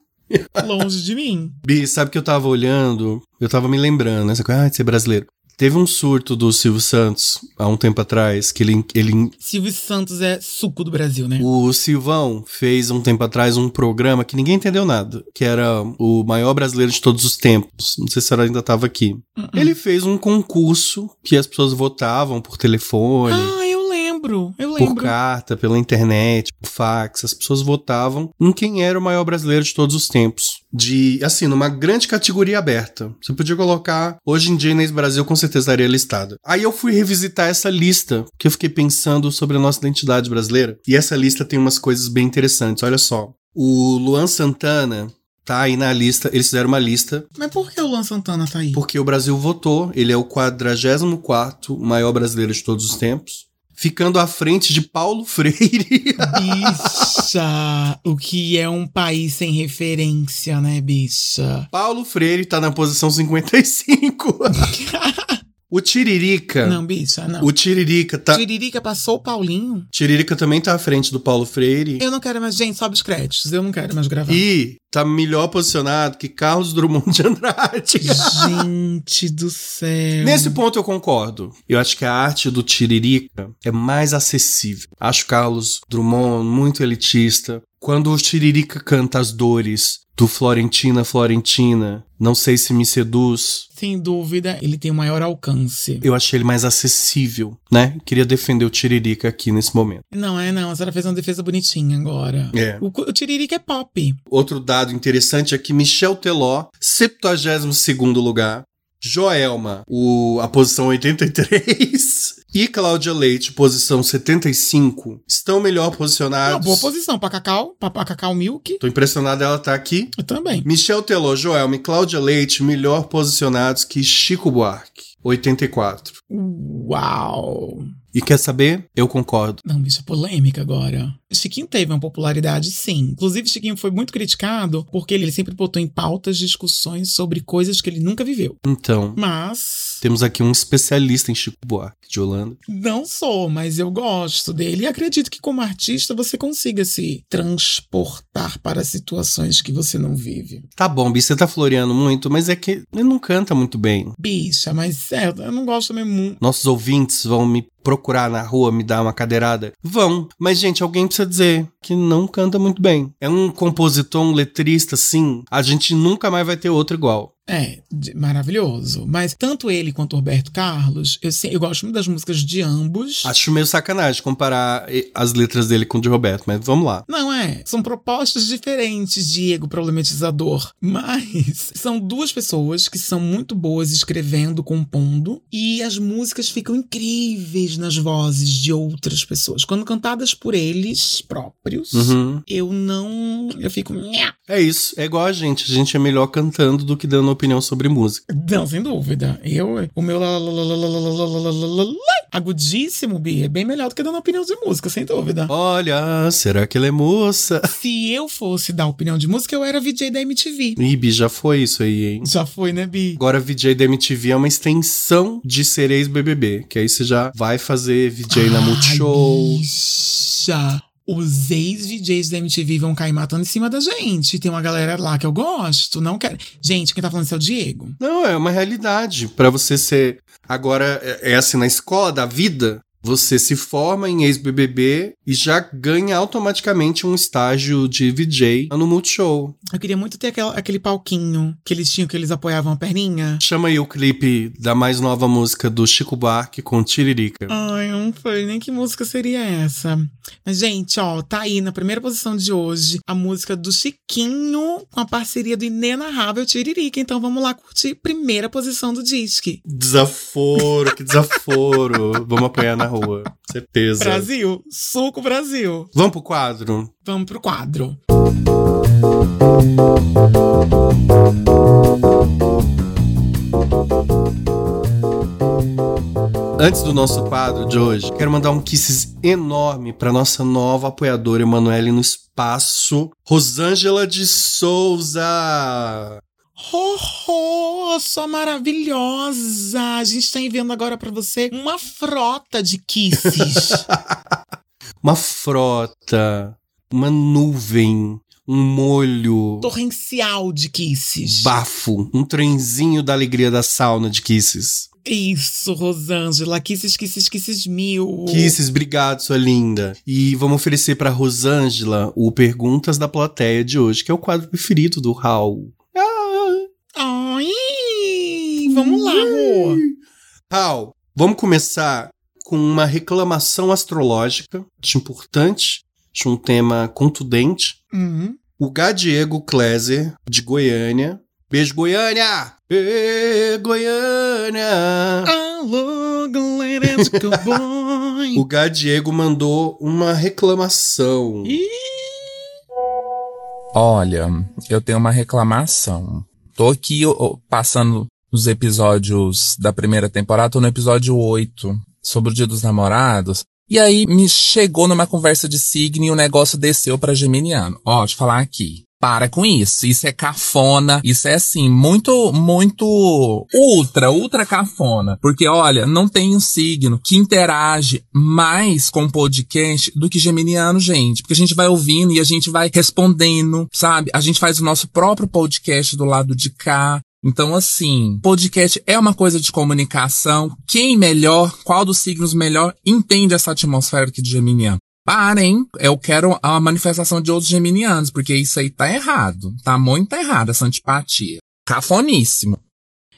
[SPEAKER 2] Longe de mim.
[SPEAKER 1] Bi, sabe que eu tava olhando, eu tava me lembrando, né? Essa coisa, ah, de ser brasileiro. Teve um surto do Silvio Santos há um tempo atrás, que ele, ele.
[SPEAKER 2] Silvio Santos é suco do Brasil, né?
[SPEAKER 1] O Silvão fez um tempo atrás um programa que ninguém entendeu nada, que era o maior brasileiro de todos os tempos. Não sei se a senhora ainda tava aqui.
[SPEAKER 2] Hum,
[SPEAKER 1] Ele fez um concurso que as pessoas votavam por telefone.
[SPEAKER 2] Ah, eu lembro, eu
[SPEAKER 1] Por
[SPEAKER 2] lembro.
[SPEAKER 1] carta, pela internet, por fax, as pessoas votavam em quem era o maior brasileiro de todos os tempos. De, assim, numa grande categoria aberta. Você podia colocar, hoje em dia, Inês Brasil com certeza estaria listada. Aí eu fui revisitar essa lista, porque eu fiquei pensando sobre a nossa identidade brasileira. E essa lista tem umas coisas bem interessantes, olha só. O Luan Santana tá aí na lista, eles fizeram uma lista,
[SPEAKER 2] Mas por que o Luan Santana tá aí?
[SPEAKER 1] porque o Brasil votou, ele é o 44º maior brasileiro de todos os tempos. Ficando à frente de Paulo Freire.
[SPEAKER 2] Bicha, o que é um país sem referência, né, bicha?
[SPEAKER 1] Paulo Freire tá na posição 55. o Tiririca.
[SPEAKER 2] Não, bicha, não.
[SPEAKER 1] É. O Tiririca tá.
[SPEAKER 2] Tiririca passou o Paulinho.
[SPEAKER 1] Tiririca também tá à frente do Paulo Freire.
[SPEAKER 2] Eu não quero mais, gente, sobe os créditos. Eu não quero mais gravar.
[SPEAKER 1] E tá melhor posicionado que Carlos Drummond de Andrade.
[SPEAKER 2] Gente do céu.
[SPEAKER 1] Nesse ponto eu concordo. Eu acho que a arte do Tiririca é mais acessível. Acho Carlos Drummond muito elitista. Quando o Tiririca canta as dores do Florentina, Florentina, não sei se me seduz,
[SPEAKER 2] Sem dúvida, ele tem o maior alcance.
[SPEAKER 1] eu achei ele mais acessível, né? Queria defender o Tiririca aqui nesse momento.
[SPEAKER 2] Não, é não. A senhora fez uma defesa bonitinha agora.
[SPEAKER 1] É.
[SPEAKER 2] O, o Tiririca é pop.
[SPEAKER 1] Outro dado interessante é que Michel Teló, 72º lugar, Joelma, o, a posição 83, e Cláudia Leite, posição 75, estão melhor
[SPEAKER 2] Uma
[SPEAKER 1] posicionados.
[SPEAKER 2] boa posição pra Cacau, pra, pra Cacau Milk.
[SPEAKER 1] Tô impressionado ela tá aqui.
[SPEAKER 2] Eu também.
[SPEAKER 1] Michel Teló, Joelma e Cláudia Leite, melhor posicionados que Chico Buarque, 84.
[SPEAKER 2] Uau!
[SPEAKER 1] E quer saber? Eu concordo.
[SPEAKER 2] Não, bicho, é polêmica agora. Chiquinho teve uma popularidade, sim. Inclusive, Chiquinho foi muito criticado porque ele sempre botou em pautas discussões sobre coisas que ele nunca viveu.
[SPEAKER 1] Então,
[SPEAKER 2] Mas
[SPEAKER 1] temos aqui um especialista em Chico Buarque de Holanda.
[SPEAKER 2] não sou, mas eu gosto dele e acredito que como artista você consiga se transportar para situações que você não vive.
[SPEAKER 1] Tá bom, Bi, você tá floreando muito, mas é que ele não canta muito bem.
[SPEAKER 2] Bicha, mas é, eu não gosto também muito.
[SPEAKER 1] Nossos ouvintes vão me procurar na rua, me dar uma cadeirada? Vão. Mas, gente, alguém precisa dizer que não canta muito bem. É um compositor, um letrista, sim. A gente nunca mais vai ter outro igual.
[SPEAKER 2] É, de- maravilhoso. Mas tanto ele quanto o Roberto Carlos, eu, se- eu gosto muito das músicas de ambos.
[SPEAKER 1] Acho meio sacanagem comparar eh, as letras dele com o de Roberto, mas vamos lá.
[SPEAKER 2] Não é. São propostas diferentes, Diego, problematizador. Mas são duas pessoas que são muito boas escrevendo, compondo, e as músicas ficam incríveis nas vozes de outras pessoas. Quando cantadas por eles próprios,
[SPEAKER 1] Uhum.
[SPEAKER 2] eu não. Eu fico. "Nhá".
[SPEAKER 1] É isso, é igual a gente. A gente é melhor cantando do que dando opinião sobre música.
[SPEAKER 2] Não, sem dúvida. Eu, o meu lalalalalalalalalalalala, agudíssimo, Bi, é bem melhor do que dando opinião de música, sem dúvida.
[SPEAKER 1] Olha, será que ela é moça?
[SPEAKER 2] Se eu fosse dar opinião de música, eu era VJ da MTV.
[SPEAKER 1] Ibi, já foi isso aí, hein?
[SPEAKER 2] Já foi, né, Bi?
[SPEAKER 1] Agora VJ da MTV é uma extensão de ser ex-BBB, que aí você já vai fazer VJ na
[SPEAKER 2] Ai,
[SPEAKER 1] Multishow.
[SPEAKER 2] bicha. Os ex-VJs da MTV vão cair matando em cima da gente. Tem uma galera lá que eu gosto, não quero. Gente, quem tá falando isso é o Diego.
[SPEAKER 1] Não, é uma realidade. Pra você ser. Agora, é é assim, na escola da vida, você se forma em ex-BBB e já ganha automaticamente um estágio de VJ no Multishow.
[SPEAKER 2] Eu queria muito ter aquela- aquele palquinho que eles tinham, que eles apoiavam a perninha.
[SPEAKER 1] Chama aí o clipe da mais nova música do Chico Buarque com Tiririca.
[SPEAKER 2] Ai, eu não sei nem que música seria essa. Mas, gente, ó, tá aí na primeira posição de hoje a música do Chiquinho com a parceria do Inenarrável Tiririca. Então vamos lá curtir primeira posição do disque.
[SPEAKER 1] Desaforo, que desaforo. Vamos apanhar na rua. Certeza.
[SPEAKER 2] Brasil, suco Brasil.
[SPEAKER 1] Vamos pro quadro?
[SPEAKER 2] Vamos pro quadro.
[SPEAKER 1] Antes do nosso quadro de hoje, quero mandar um kisses enorme para nossa nova apoiadora Emanuele no espaço, Rosângela de Souza.
[SPEAKER 2] Ho, ho, sua maravilhosa! A gente tá enviando agora pra você uma frota de kisses.
[SPEAKER 1] Uma frota, uma nuvem, um molho,
[SPEAKER 2] torrencial de kisses.
[SPEAKER 1] bafo, um trenzinho da alegria da sauna de kisses.
[SPEAKER 2] Isso, Rosângela. Kisses, kisses, kisses mil.
[SPEAKER 1] Kisses, obrigado, sua linda. E vamos oferecer pra Rosângela o Perguntas da Plateia de hoje, que é o quadro preferido do Raul. Ah,
[SPEAKER 2] Ai, vamos lá, Rô.
[SPEAKER 1] Raul, vamos começar com uma reclamação astrológica, acho importante, de um tema contundente.
[SPEAKER 2] Hum.
[SPEAKER 1] O Gadiego Kleser, de Goiânia. Beijo, Goiânia! Ê, Goiânia!
[SPEAKER 2] Alô, galera de
[SPEAKER 1] O
[SPEAKER 2] cowboy.
[SPEAKER 1] Gadiego mandou uma reclamação.
[SPEAKER 2] Ih,
[SPEAKER 5] Olha, eu tenho uma reclamação. Tô aqui ó, ó, passando os episódios da primeira temporada, tô no episódio 8, sobre o Dia dos Namorados. E aí me chegou numa conversa de signo e o negócio desceu pra Geminiano. Ó, te falar aqui. Para com isso. Isso é cafona. Isso é assim, muito, muito ultra, ultra cafona. Porque, olha, não tem um signo que interage mais com o podcast do que geminiano, gente. Porque a gente vai ouvindo e a gente vai respondendo, sabe? A gente faz o nosso próprio podcast do lado de cá. Então, assim, podcast é uma coisa de comunicação. Quem melhor, qual dos signos melhor entende essa atmosfera aqui de Geminiano? Parem, eu quero a manifestação de outros geminianos, porque isso aí tá errado. Tá muito errado essa antipatia. Cafoníssimo.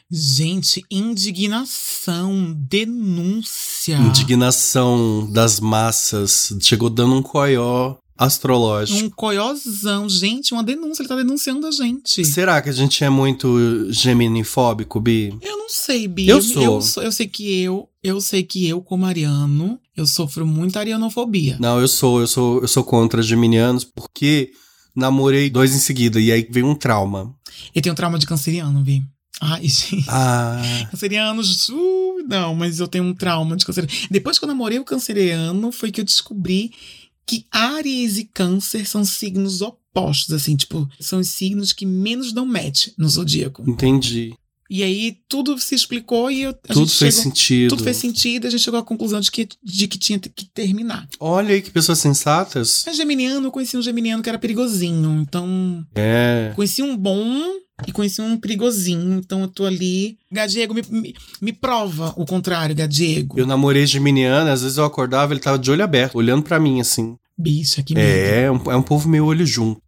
[SPEAKER 2] Gente, indignação, denúncia.
[SPEAKER 1] Indignação das massas. Chegou dando um coió astrológico.
[SPEAKER 2] Um coiozão, gente, uma denúncia. Ele tá denunciando a gente.
[SPEAKER 1] Será que a gente é muito geminifóbico, Bi?
[SPEAKER 2] Eu não sei, Bi.
[SPEAKER 1] Eu sou.
[SPEAKER 2] Eu, eu sei que eu, eu sei que eu, como ariano, eu sofro muita arianofobia.
[SPEAKER 1] Não, eu sou, eu sou, eu sou contra geminianos porque namorei dois em seguida e aí veio um trauma.
[SPEAKER 2] Eu tenho trauma de canceriano, Bi. Ai, gente.
[SPEAKER 1] Ah,
[SPEAKER 2] Cancerianos, uh, não, mas eu tenho um trauma de canceriano. Depois que eu namorei o canceriano, foi que eu descobri que Aries e Câncer são signos opostos, assim, tipo, são os signos que menos dão match no zodíaco.
[SPEAKER 1] entendi.
[SPEAKER 2] E aí tudo se explicou e eu, a
[SPEAKER 1] Tudo
[SPEAKER 2] gente
[SPEAKER 1] fez
[SPEAKER 2] chegou,
[SPEAKER 1] sentido.
[SPEAKER 2] tudo fez sentido, a gente chegou à conclusão de que, de que tinha que terminar.
[SPEAKER 1] Olha aí que pessoas sensatas.
[SPEAKER 2] Mas geminiano, eu conheci um geminiano que era perigosinho, então
[SPEAKER 1] É.
[SPEAKER 2] Conheci um bom e conheci um perigosinho. Então eu tô ali. Gadiego, me, me, me prova o contrário, Gadiego.
[SPEAKER 1] Eu namorei geminiana, às vezes eu acordava, ele tava de olho aberto, olhando pra mim, assim.
[SPEAKER 2] Bicho, aqui mesmo.
[SPEAKER 1] É, é um, é um povo meio olho junto.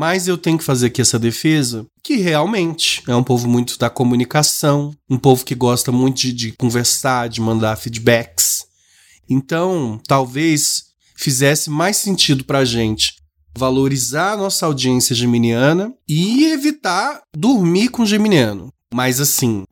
[SPEAKER 1] Mas eu tenho que fazer aqui essa defesa, que realmente é um povo muito da comunicação, um povo que gosta muito de, de conversar, de mandar feedbacks. Então, talvez fizesse mais sentido pra gente valorizar a nossa audiência geminiana e evitar dormir com geminiano. Mas assim,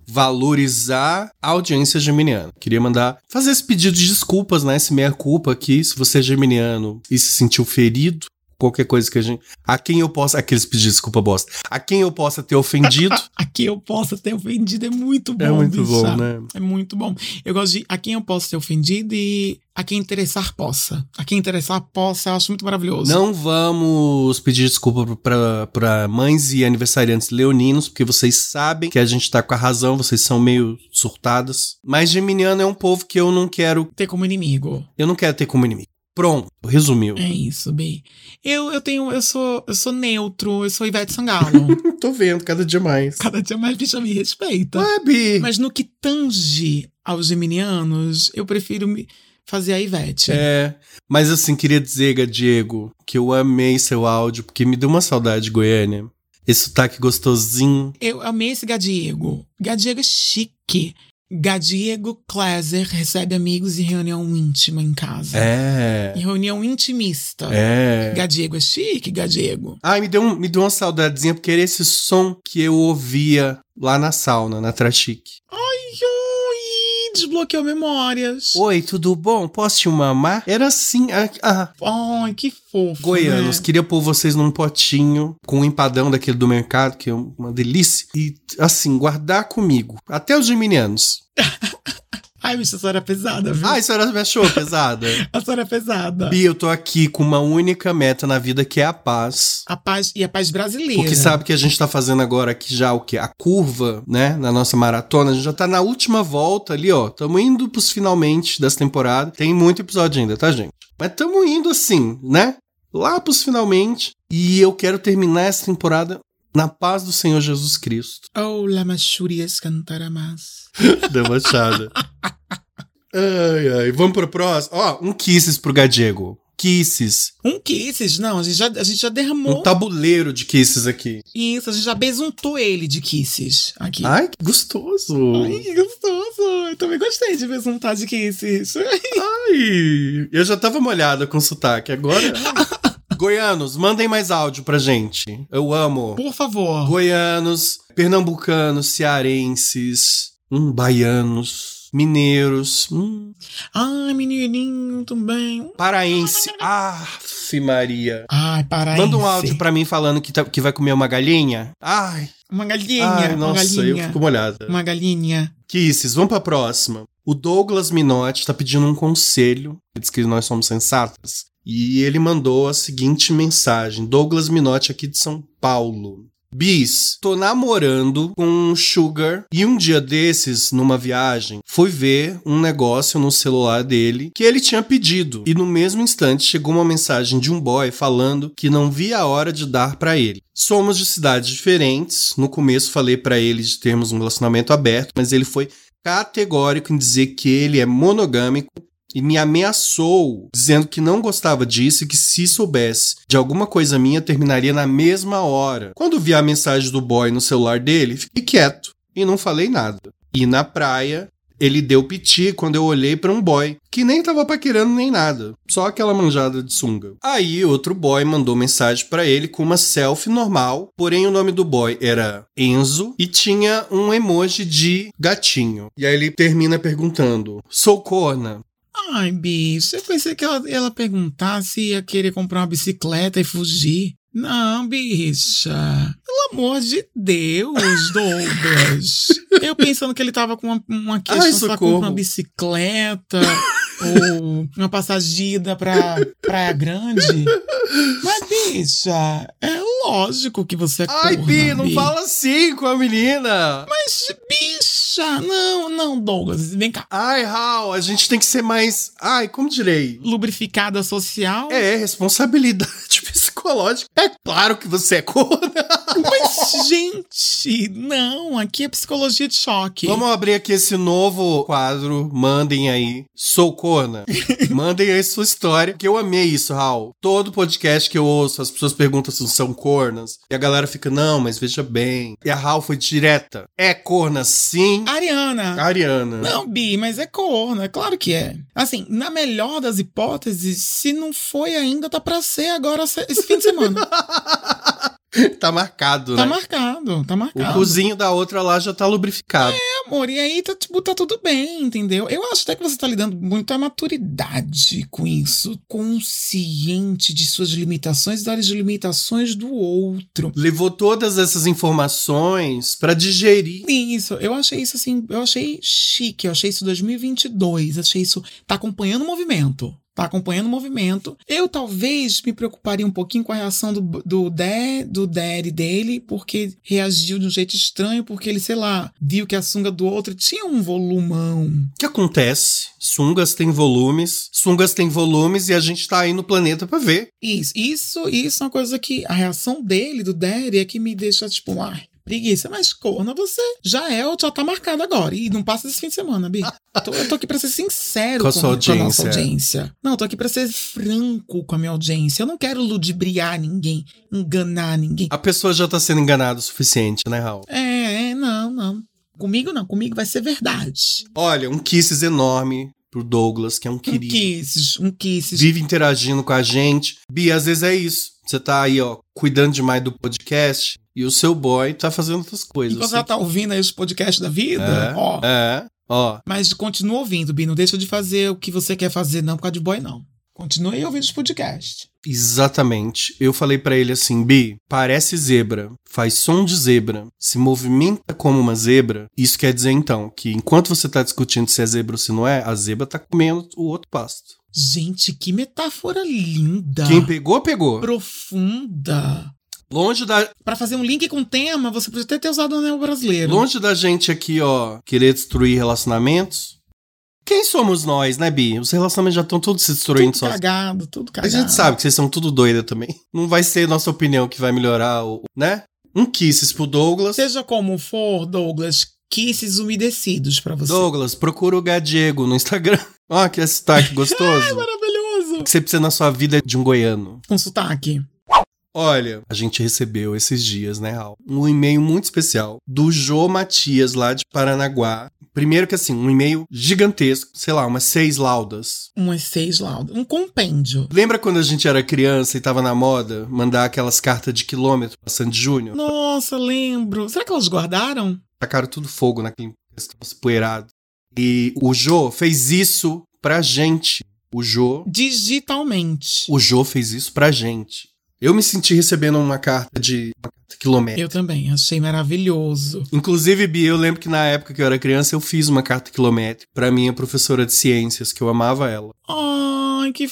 [SPEAKER 1] valorizar a audiência geminiana. Queria mandar fazer esse pedido de desculpas, né? Esse meia culpa aqui, se você é geminiano e se sentiu ferido, qualquer coisa que a gente, a quem eu possa, aqueles pedidos de desculpa bosta. A quem eu possa ter ofendido.
[SPEAKER 2] Aqui eu posso ter ofendido. É muito bom,
[SPEAKER 1] é muito
[SPEAKER 2] bicha.
[SPEAKER 1] bom, né?
[SPEAKER 2] É muito bom. Eu gosto de a quem eu posso ter ofendido e a quem interessar possa. A quem interessar possa, eu acho muito maravilhoso.
[SPEAKER 1] Não vamos pedir desculpa pra- pra mães e aniversariantes leoninos, porque vocês sabem que a gente tá com a razão, vocês são meio surtadas. Mas geminiano é um povo que eu não quero,
[SPEAKER 2] Ter como inimigo.
[SPEAKER 1] eu não quero ter como inimigo. Pronto, resumiu.
[SPEAKER 2] É isso, Bi. Eu, eu tenho. Eu sou, eu sou neutro, eu sou Ivete Sangalo.
[SPEAKER 1] Tô vendo cada dia mais.
[SPEAKER 2] Cada dia mais bicha me respeita.
[SPEAKER 1] Sabe?
[SPEAKER 2] Mas no que tange aos geminianos, eu prefiro me fazer a Ivete.
[SPEAKER 1] É, mas assim, queria dizer, Diego, que eu amei seu áudio, porque me deu uma saudade de Goiânia. Esse sotaque gostosinho.
[SPEAKER 2] Eu amei esse Gadiego. Gadiego é chique. Gadiego Kleiser recebe amigos em reunião íntima em casa.
[SPEAKER 1] É,
[SPEAKER 2] Em reunião intimista.
[SPEAKER 1] é.
[SPEAKER 2] Gadiego é chique, Gadiego.
[SPEAKER 1] Ai, me deu, um- me deu uma saudadezinha, porque era esse som que eu ouvia lá na sauna, na Trachique.
[SPEAKER 2] Ai, ui, desbloqueou memórias.
[SPEAKER 1] Oi, tudo bom? Posso te mamar? Era assim. ah, ah,
[SPEAKER 2] Ai, que fofo.
[SPEAKER 1] goianos,
[SPEAKER 2] né?
[SPEAKER 1] queria pôr vocês num potinho com um empadão daquele do mercado, que é uma delícia. E, assim, guardar comigo. Até os geminianos.
[SPEAKER 2] Ai, bicho, a senhora é pesada, viu?
[SPEAKER 1] Ah, isso era me achou pesada?
[SPEAKER 2] A senhora é pesada.
[SPEAKER 1] Bi, eu tô aqui com uma única meta na vida, que é a paz.
[SPEAKER 2] A paz, e a paz brasileira.
[SPEAKER 1] Porque sabe que a gente tá fazendo agora aqui já o quê? A curva, né? Na nossa maratona. A gente já tá na última volta ali, ó. Tamo indo pros finalmente dessa temporada. Tem muito episódio ainda, tá, gente? Mas tamo indo assim, né? Lá pros finalmente. E eu quero terminar essa temporada na paz do Senhor Jesus Cristo.
[SPEAKER 2] Oh, la machurias cantaramas.
[SPEAKER 1] Debochada. ai, ai. Vamos pro próximo? Ó, um kisses pro Gadiego. Kisses.
[SPEAKER 2] Um kisses, não, a gente já, a gente já derramou
[SPEAKER 1] Um tabuleiro de kisses aqui.
[SPEAKER 2] isso, a gente já besuntou ele de kisses aqui.
[SPEAKER 1] Ai, que gostoso.
[SPEAKER 2] Ai, que gostoso! Eu também gostei de besuntar de kisses.
[SPEAKER 1] Ai, eu já tava molhada com sotaque, agora. Goianos, mandem mais áudio pra gente. Eu amo.
[SPEAKER 2] Por favor.
[SPEAKER 1] Goianos, pernambucanos, cearenses, hum, baianos, mineiros, hum,
[SPEAKER 2] Ai, menininho, também.
[SPEAKER 1] paraense. Aff, Maria.
[SPEAKER 2] Ai, paraíso.
[SPEAKER 1] Manda um áudio pra mim falando que, tá- que vai comer uma galinha. Ai,
[SPEAKER 2] Uma galinha,
[SPEAKER 1] ai
[SPEAKER 2] uma
[SPEAKER 1] nossa, eu
[SPEAKER 2] galinha.
[SPEAKER 1] fico molhada.
[SPEAKER 2] Uma galinha.
[SPEAKER 1] Kisses, vamos pra próxima. O Douglas Minotti tá pedindo um conselho. Ele disse que nós somos sensatas. E ele mandou a seguinte mensagem. Douglas Minotti, aqui de São Paulo. Bis, tô namorando com um sugar e um dia desses, numa viagem, fui ver um negócio no celular dele que ele tinha pedido. E no mesmo instante chegou uma mensagem de um boy falando que não via a hora de dar pra ele. Somos de cidades diferentes. No começo falei pra ele de termos um relacionamento aberto, mas ele foi categórico em dizer que ele é monogâmico e me ameaçou, dizendo que não gostava disso e que se soubesse de alguma coisa minha, terminaria na mesma hora. Quando vi a mensagem do boy no celular dele, fiquei quieto e não falei nada. E na praia, ele deu piti quando eu olhei pra um boy, que nem tava paquerando nem nada, só aquela manjada de sunga. Aí outro boy mandou mensagem pra ele com uma selfie normal, porém o nome do boy era Enzo e tinha um emoji de gatinho. E aí ele termina perguntando: "Sou corna?"
[SPEAKER 2] Ai, bicho, eu pensei que ela, ela perguntasse se ia querer comprar uma bicicleta e fugir. Não, bicha. Pelo amor de Deus, Douglas. Eu pensando que ele tava com uma, uma questão,
[SPEAKER 1] Ai,
[SPEAKER 2] sei lá,
[SPEAKER 1] socorro.
[SPEAKER 2] uma bicicleta ou uma passagida pra Praia Grande. Mas, bicha, é lógico que você é
[SPEAKER 1] Ai,
[SPEAKER 2] corna,
[SPEAKER 1] Bi, não
[SPEAKER 2] Bi.
[SPEAKER 1] fala assim com a menina.
[SPEAKER 2] Mas, bicha, não, não, Douglas, vem cá.
[SPEAKER 1] Ai, Raul, a gente tem que ser mais. Ai, como direi?
[SPEAKER 2] Lubrificada social?
[SPEAKER 1] É, responsabilidade psicológica. É claro que você é corno.
[SPEAKER 2] Mas, gente, não, aqui é psicologia de choque.
[SPEAKER 1] Vamos abrir aqui esse novo quadro. Mandem aí. Sou corna. Mandem aí sua história. Que eu amei isso, Raul. Todo podcast que eu ouço, as pessoas perguntam se são cornas. E a galera fica, não, mas veja bem. E a Raul foi direta. É corna sim, Ah, né?
[SPEAKER 2] Ariana.
[SPEAKER 1] Ariana.
[SPEAKER 2] Ah. Não, Bi, mas é corno, é claro que é. Assim, na melhor das hipóteses, se não foi ainda, tá pra ser agora esse esse fim de semana.
[SPEAKER 1] tá marcado,
[SPEAKER 2] tá
[SPEAKER 1] né?
[SPEAKER 2] marcado, tá
[SPEAKER 1] o
[SPEAKER 2] marcado.
[SPEAKER 1] cozinho da outra lá já tá lubrificado.
[SPEAKER 2] Amor, e aí tá, tipo, tá tudo bem, entendeu? Eu acho até que você tá lidando muito à maturidade com isso, consciente de suas limitações e das limitações do outro.
[SPEAKER 1] Levou todas essas informações pra digerir.
[SPEAKER 2] Isso, eu achei isso assim, eu achei chique, eu achei isso 2022, achei isso, tá acompanhando o movimento, tá acompanhando o movimento. Eu talvez me preocuparia um pouquinho com a reação do, do, de, do Derry dele, porque reagiu de um jeito estranho, porque ele, sei lá, viu que a sunga do outro tinha um volumão.
[SPEAKER 1] O que acontece? Sungas têm volumes, sungas têm volumes e a gente tá aí no planeta pra ver.
[SPEAKER 2] Isso, isso, isso é uma coisa que a reação dele, do Derry, é que me deixa, tipo, ai, preguiça, mas corna, você já é ou já tá marcado agora. E não passa desse fim de semana, Bi. Tô- eu tô aqui pra ser sincero
[SPEAKER 1] Com
[SPEAKER 2] com,
[SPEAKER 1] a sua
[SPEAKER 2] com a
[SPEAKER 1] audiência.
[SPEAKER 2] nossa
[SPEAKER 1] é.
[SPEAKER 2] audiência. Não, eu tô aqui pra ser franco com a minha audiência. Eu não quero ludibriar ninguém, enganar ninguém.
[SPEAKER 1] A pessoa já tá sendo enganada o suficiente, né, Raul?
[SPEAKER 2] É, é, não, não. Comigo não, comigo vai ser verdade.
[SPEAKER 1] Olha, um kisses enorme pro Douglas, que é um
[SPEAKER 2] Um
[SPEAKER 1] querido.
[SPEAKER 2] kisses, um kisses.
[SPEAKER 1] Vive interagindo com a gente. Bi, às vezes é isso. Você tá aí, ó, cuidando demais do podcast e o seu boy tá fazendo outras coisas.
[SPEAKER 2] Enquanto
[SPEAKER 1] Você-
[SPEAKER 2] ela tá ouvindo aí os podcasts da vida,
[SPEAKER 1] É,
[SPEAKER 2] ó,
[SPEAKER 1] é, ó.
[SPEAKER 2] Mas continua ouvindo, Bi. Não deixa de fazer o que você quer fazer, não, por causa de boy, não. Continue ouvindo os podcasts.
[SPEAKER 1] Exatamente. Eu falei pra ele assim, Bi, parece zebra, faz som de zebra, se movimenta como uma zebra. Isso quer dizer então que enquanto você tá discutindo se é zebra ou se não é, a zebra tá comendo o outro pasto.
[SPEAKER 2] Gente, que metáfora linda.
[SPEAKER 1] Quem pegou, pegou.
[SPEAKER 2] Profunda.
[SPEAKER 1] Longe da,
[SPEAKER 2] Pra fazer um link com o tema, você podia até ter usado o anel brasileiro.
[SPEAKER 1] longe da gente aqui, ó, querer destruir relacionamentos. Quem somos nós, né, Bi? Os relacionamentos já estão todos se destruindo
[SPEAKER 2] tudo
[SPEAKER 1] sozinhos.
[SPEAKER 2] cagado, tudo
[SPEAKER 1] A
[SPEAKER 2] cagado.
[SPEAKER 1] gente sabe que vocês são tudo doida também. Não vai ser nossa opinião que vai melhorar o, né? Um kisses pro Douglas.
[SPEAKER 2] Seja como for, Douglas, kisses umedecidos pra você.
[SPEAKER 1] Douglas, procura o Gadiego no Instagram. Ó, que sotaque gostoso. O
[SPEAKER 2] Maravilhoso.
[SPEAKER 1] que você precisa na sua vida é de um goiano.
[SPEAKER 2] Com sotaque.
[SPEAKER 1] Olha, a gente recebeu esses dias, né, Raul? Um e-mail muito especial do Jô Matias, lá de Paranaguá. Primeiro que assim, um e-mail gigantesco, sei lá, umas seis laudas.
[SPEAKER 2] Umas seis laudas. Um compêndio.
[SPEAKER 1] Lembra quando a gente era criança e tava na moda mandar aquelas cartas de quilômetro pra Sandy Júnior?
[SPEAKER 2] Nossa, lembro. Será que elas guardaram?
[SPEAKER 1] Tacaram tudo fogo naquele questão poeirado. E o Jô fez isso pra gente. O Jô
[SPEAKER 2] Digitalmente.
[SPEAKER 1] O Jô fez isso pra gente. Eu me senti recebendo uma carta de uma carta quilométrica.
[SPEAKER 2] Eu também, achei maravilhoso.
[SPEAKER 1] Inclusive, Bi, eu lembro que na época que eu era criança, eu fiz uma carta quilométrica pra minha professora de ciências, que eu amava ela.
[SPEAKER 2] Ai, que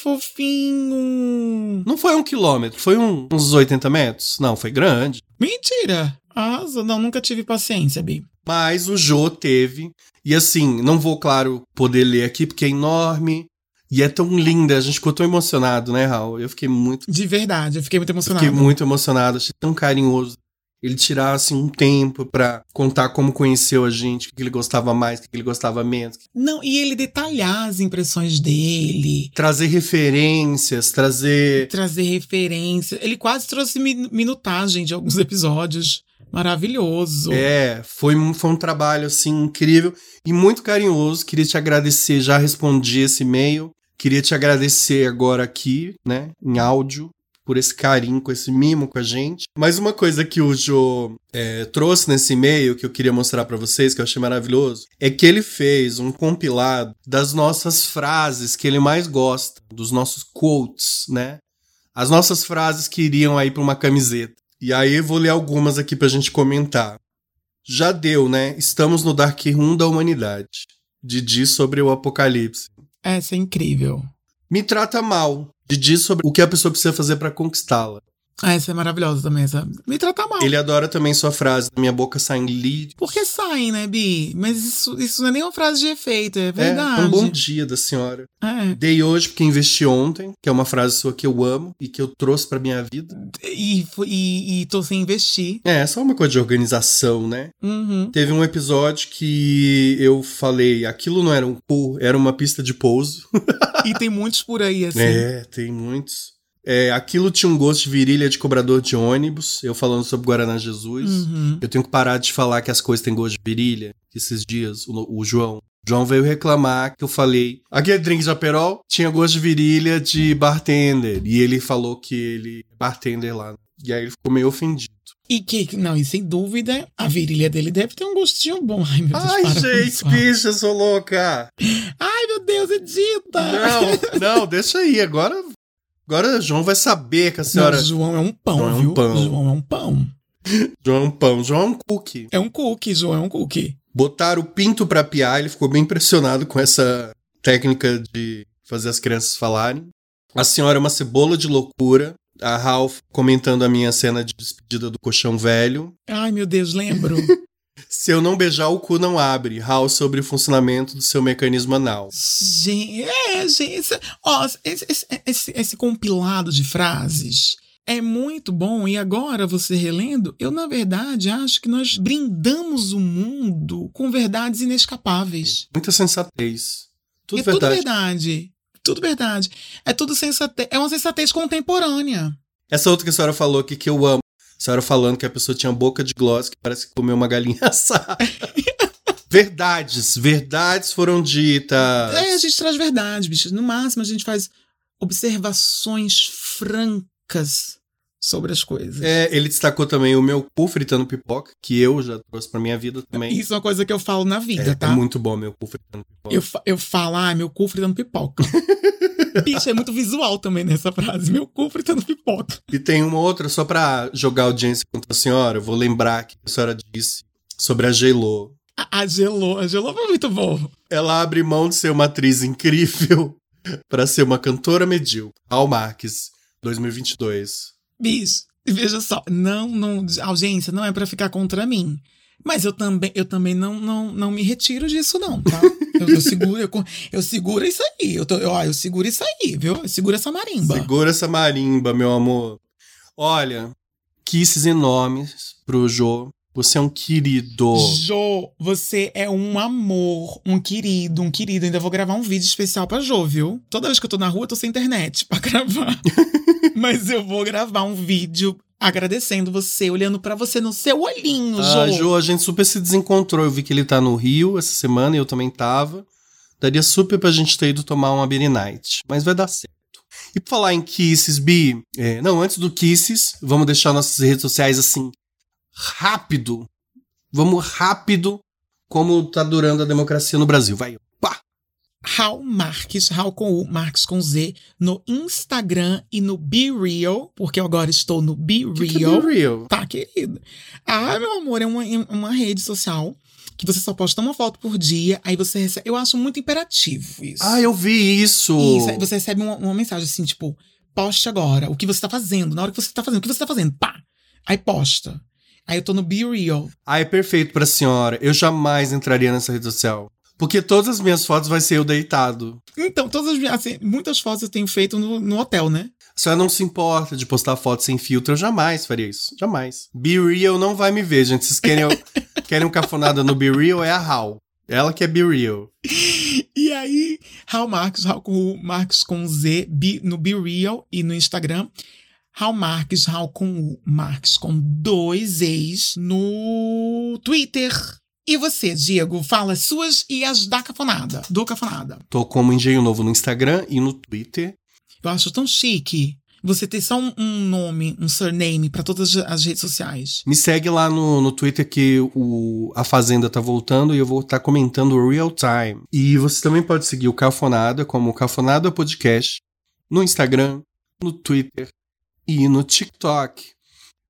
[SPEAKER 2] fofinho!
[SPEAKER 1] Não foi um quilômetro, foi um- uns 80 metros. Não, foi grande.
[SPEAKER 2] Mentira! Asa, não, nunca tive paciência, Bi.
[SPEAKER 1] Mas o Jô teve. E assim, não vou, claro, poder ler aqui, porque é enorme. E é tão linda. A gente ficou tão emocionado, né, Raul? Eu fiquei muito.
[SPEAKER 2] De verdade, eu fiquei muito emocionada.
[SPEAKER 1] Fiquei muito emocionado, achei tão carinhoso. Ele tirar assim, um tempo pra contar como conheceu a gente, o que ele gostava mais, o que ele gostava menos.
[SPEAKER 2] Não, e ele detalhar as impressões dele,
[SPEAKER 1] Trazer referências, trazer.
[SPEAKER 2] trazer referência. Ele quase trouxe min- minutagem de alguns episódios. Maravilhoso.
[SPEAKER 1] É, foi um, foi um trabalho assim incrível e muito carinhoso. Queria te agradecer, já respondi esse e-mail. Queria te agradecer agora aqui, né, em áudio, por esse carinho, com esse mimo com a gente. Mas uma coisa que o Jô é, trouxe nesse e-mail que eu queria mostrar pra vocês, que eu achei maravilhoso, é que ele fez um compilado das nossas frases que ele mais gosta, dos nossos quotes, né? As nossas frases que iriam aí pra uma camiseta. E aí eu vou ler algumas aqui pra gente comentar. Já deu, né? Estamos no Dark Room da humanidade. Didi sobre o apocalipse.
[SPEAKER 2] Essa é incrível.
[SPEAKER 1] Me trata mal. Didi sobre o que a pessoa precisa fazer pra conquistá-la.
[SPEAKER 2] Ah, essa é maravilhosa também, essa. Me tratar mal.
[SPEAKER 1] Ele adora também sua frase, minha boca sai em É lírios.
[SPEAKER 2] Porque saem, né, Bi? Mas isso, isso não é nem uma frase de efeito, é verdade.
[SPEAKER 1] É, um bom dia da senhora.
[SPEAKER 2] É.
[SPEAKER 1] Dei hoje porque investi ontem, que é uma frase sua que eu amo e que eu trouxe pra minha vida.
[SPEAKER 2] E, fu- e, e tô sem investir.
[SPEAKER 1] É, só uma coisa de organização, né?
[SPEAKER 2] Uhum.
[SPEAKER 1] Teve um episódio que eu falei, aquilo não era um pool, era uma pista de pouso.
[SPEAKER 2] E tem muitos por aí, assim.
[SPEAKER 1] É, tem muitos. É, aquilo tinha um gosto de virilha de cobrador de ônibus, eu falando sobre Guaraná Jesus.
[SPEAKER 2] Uhum.
[SPEAKER 1] Eu tenho que parar de falar que as coisas têm gosto de virilha. Esses dias, o, o João. João veio reclamar que eu falei. Aquele drink de Aperol tinha gosto de virilha de bartender. E ele falou que ele é bartender lá. E aí ele ficou meio ofendido.
[SPEAKER 2] E que, não, e sem dúvida, a virilha dele deve ter um gostinho bom. Ai, meu Deus,
[SPEAKER 1] Ai,
[SPEAKER 2] para com
[SPEAKER 1] gente,
[SPEAKER 2] isso.
[SPEAKER 1] bicha, sou louca!
[SPEAKER 2] Ai, meu Deus, Edita!
[SPEAKER 1] Não, não, deixa aí. Agora, agora o João vai saber que a senhora.
[SPEAKER 2] Não, João é um pão,
[SPEAKER 1] João é um
[SPEAKER 2] viu?
[SPEAKER 1] pão.
[SPEAKER 2] João é um pão.
[SPEAKER 1] João é um pão, João é um cookie.
[SPEAKER 2] É um cookie, João é um cookie.
[SPEAKER 1] Botaram o pinto pra piar, ele ficou bem impressionado com essa técnica de fazer as crianças falarem. A senhora é uma cebola de loucura. A Ralph comentando a minha cena de despedida do colchão velho.
[SPEAKER 2] Ai, meu Deus, lembro.
[SPEAKER 1] Se eu não beijar, o cu não abre. Ralph sobre o funcionamento do seu mecanismo anal.
[SPEAKER 2] gente, é, gente. esse- Ó, esse, esse, esse- esse compilado de frases é muito bom. E agora, você relendo, eu, na verdade, acho que nós brindamos o mundo com verdades inescapáveis.
[SPEAKER 1] Muita sensatez. Tudo
[SPEAKER 2] é
[SPEAKER 1] verdade.
[SPEAKER 2] tudo verdade. Tudo verdade. É tudo sensatez. É uma sensatez contemporânea.
[SPEAKER 1] Essa outra que a senhora falou aqui que eu amo. A senhora falando que a pessoa tinha boca de gloss, que parece que comeu uma galinha assada. verdades, verdades foram ditas.
[SPEAKER 2] É, a gente traz verdade, bichos. No máximo, a gente faz observações francas sobre as coisas.
[SPEAKER 1] É, ele destacou também o meu cu fritando pipoca, que eu já trouxe pra minha vida também.
[SPEAKER 2] Isso é uma coisa que eu falo na vida,
[SPEAKER 1] é,
[SPEAKER 2] tá?
[SPEAKER 1] é muito bom meu cu fritando pipoca.
[SPEAKER 2] Eu, fa- eu falo, ah, meu cu fritando pipoca. Bicho, é muito visual também nessa frase. Meu cu fritando pipoca.
[SPEAKER 1] E tem uma outra, só pra jogar audiência contra a senhora, eu vou lembrar que a senhora disse sobre a Gelô.
[SPEAKER 2] A, a gelou, a gelou foi muito bom.
[SPEAKER 1] Ela abre mão de ser uma atriz incrível pra ser uma cantora medíocre. Al Marques, 2022.
[SPEAKER 2] Bicho, veja só, não, não, audiência, não é pra ficar contra mim. Mas eu também, eu também não, não, não me retiro disso, não, tá? Eu, eu seguro, eu, co- eu seguro isso aí. Eu, tô, eu, ó, eu seguro isso aí, viu? Eu seguro essa marimba.
[SPEAKER 1] Segura essa marimba, meu amor. Olha, kisses enormes pro Jô. Você é um querido.
[SPEAKER 2] Jô, você é um amor, um querido, um querido. Ainda vou gravar um vídeo especial pra Jô, viu? Toda vez que eu tô na rua, eu tô sem internet pra gravar. Mas eu vou gravar um vídeo agradecendo você, olhando pra você no seu olhinho,
[SPEAKER 1] Ah,
[SPEAKER 2] Jô.
[SPEAKER 1] Jô, a gente super se desencontrou. Eu vi que ele tá no Rio essa semana e eu também tava. Daria super pra gente ter ido tomar uma Beer Night. Mas vai dar certo. E pra falar em kisses, Bi... é, não, antes do kisses, vamos deixar nossas redes sociais assim, rápido. Vamos rápido, como tá durando a democracia no Brasil. Vai, pá!
[SPEAKER 2] Raul Marques, Raul com U, Marques com Z, no Instagram e no Be Real, porque eu agora estou no Be
[SPEAKER 1] Que que é
[SPEAKER 2] Real.
[SPEAKER 1] Real.
[SPEAKER 2] Tá, querido. Ah, meu amor, é uma, é uma rede social que você só posta uma foto por dia, aí você recebe. Eu acho muito imperativo isso.
[SPEAKER 1] Ah, eu vi isso.
[SPEAKER 2] Isso, aí você recebe uma, uma mensagem assim, tipo, poste agora o que você tá fazendo, na hora que você tá fazendo, o que você tá fazendo, pá! Aí posta. Aí eu tô no Be Real.
[SPEAKER 1] Ah, é perfeito pra senhora. Eu jamais entraria nessa rede social. Porque todas as minhas fotos vai ser eu deitado.
[SPEAKER 2] Então, todas as minhas- assim, muitas fotos eu tenho feito no, no hotel, né?
[SPEAKER 1] A senhora não se importa de postar foto sem filtro. Eu jamais faria isso. Jamais. Be Real não vai me ver, gente. Vocês querem, querem um cafonada no Be Real? É a Hal. Ela que é Be Real.
[SPEAKER 2] E aí, Raul Marques, Raul com U, Marques com Z, Bi- no Be Real e no Instagram. Raul Marques, Raul com U, Marques com dois ex no Twitter. E você, Diego, fala suas e as da cafonada, do cafonada.
[SPEAKER 1] Tô como engenho novo no Instagram e no Twitter.
[SPEAKER 2] Eu acho tão chique você ter só um, um nome, um surname pra todas as redes sociais.
[SPEAKER 1] Me segue lá no, no Twitter que o, a Fazenda tá voltando e eu vou estar comentando real time. E você também é pode seguir o Cafonada como Cafonada Podcast no Instagram, no Twitter e no TikTok.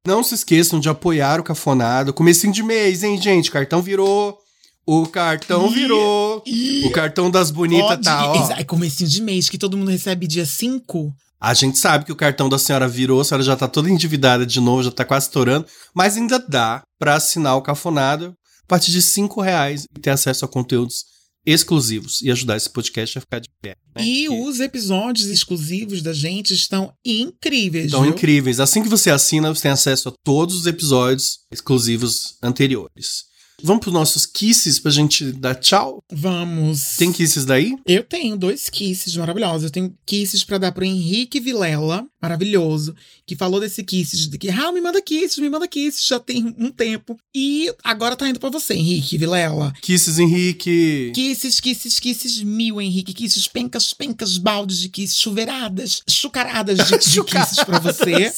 [SPEAKER 1] Não se esqueçam de apoiar o Cafonado. Comecinho de mês, hein, gente? Cartão virou. O cartão
[SPEAKER 2] Ih,
[SPEAKER 1] virou.
[SPEAKER 2] Ih,
[SPEAKER 1] O cartão das bonitas
[SPEAKER 2] pode-
[SPEAKER 1] tá, ó.
[SPEAKER 2] Exa- É comecinho de mês, que todo mundo recebe dia 5.
[SPEAKER 1] A gente sabe que o cartão da senhora virou, a senhora já tá toda endividada de novo, já tá quase estourando, mas ainda dá pra assinar o Cafonado a partir de cinco reais e ter acesso a conteúdos exclusivos e ajudar esse podcast a ficar de pé. né?
[SPEAKER 2] E
[SPEAKER 1] Porque
[SPEAKER 2] os episódios exclusivos da gente estão incríveis,
[SPEAKER 1] Estão
[SPEAKER 2] viu?
[SPEAKER 1] incríveis. Assim que você assina, você tem acesso a todos os episódios exclusivos anteriores. Vamos pros nossos kisses pra gente dar tchau?
[SPEAKER 2] Vamos.
[SPEAKER 1] Tem kisses daí?
[SPEAKER 2] Eu tenho dois kisses maravilhosos. Eu tenho kisses pra dar pro Henrique Vilela, maravilhoso, que falou desse kisses, de que, ah, me manda kisses, me manda kisses, já tem um tempo. E agora tá indo pra você, Henrique Vilela.
[SPEAKER 1] Kisses, Henrique.
[SPEAKER 2] Kisses, kisses, kisses mil, Henrique. Kisses, pencas, pencas, baldes de kisses, chuveiradas, chucaradas de, de kisses pra você.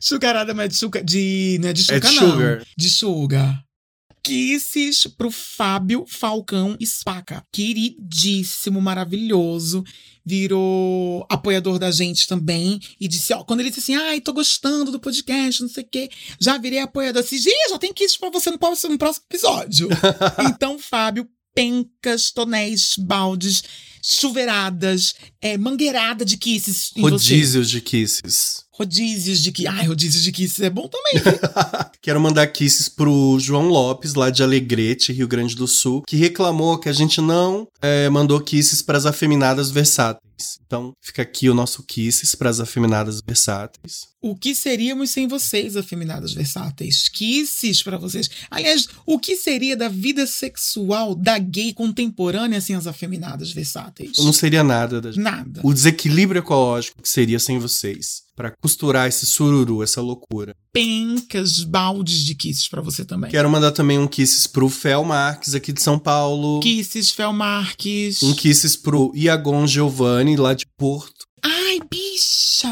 [SPEAKER 2] Chucarada, mas de chuca. De, não é de chuca,
[SPEAKER 1] É de
[SPEAKER 2] não.
[SPEAKER 1] sugar.
[SPEAKER 2] De sugar. Kisses pro Fábio Falcão Spaca. Queridíssimo, maravilhoso. Virou apoiador da gente também. E disse, ó, quando ele disse assim, ai, tô gostando do podcast, não sei o quê. Já virei apoiador. Assim, "Ih, já tem kisses pra você no próximo, no próximo episódio. então, Fábio, pencas, tonéis, baldes, chuveiradas, é, mangueirada de kisses em você.
[SPEAKER 1] Rodízios de kisses.
[SPEAKER 2] Rodízios de que. Ai, rodízios de kisses é bom também. viu?
[SPEAKER 1] Quero mandar kisses pro João Lopes, lá de Alegrete, Rio Grande do Sul, que reclamou que a gente não eh, mandou kisses pras afeminadas versáteis. Então, fica aqui o nosso kisses pras afeminadas versáteis.
[SPEAKER 2] o que seríamos sem vocês, afeminadas versáteis? Kisses pra vocês. Aliás, o que seria da vida sexual da gay contemporânea sem as afeminadas versáteis?
[SPEAKER 1] Não seria nada da gente.
[SPEAKER 2] Nada.
[SPEAKER 1] O desequilíbrio ecológico que seria sem vocês. Pra costurar esse sururu, essa loucura.
[SPEAKER 2] Pencas, baldes de kisses pra você também.
[SPEAKER 1] Quero mandar também um kisses pro Fel Marques, aqui de São Paulo.
[SPEAKER 2] Kisses, Fel Marques.
[SPEAKER 1] Um kisses pro Iagon Giovanni, lá de Porto.
[SPEAKER 2] Ai, bicha!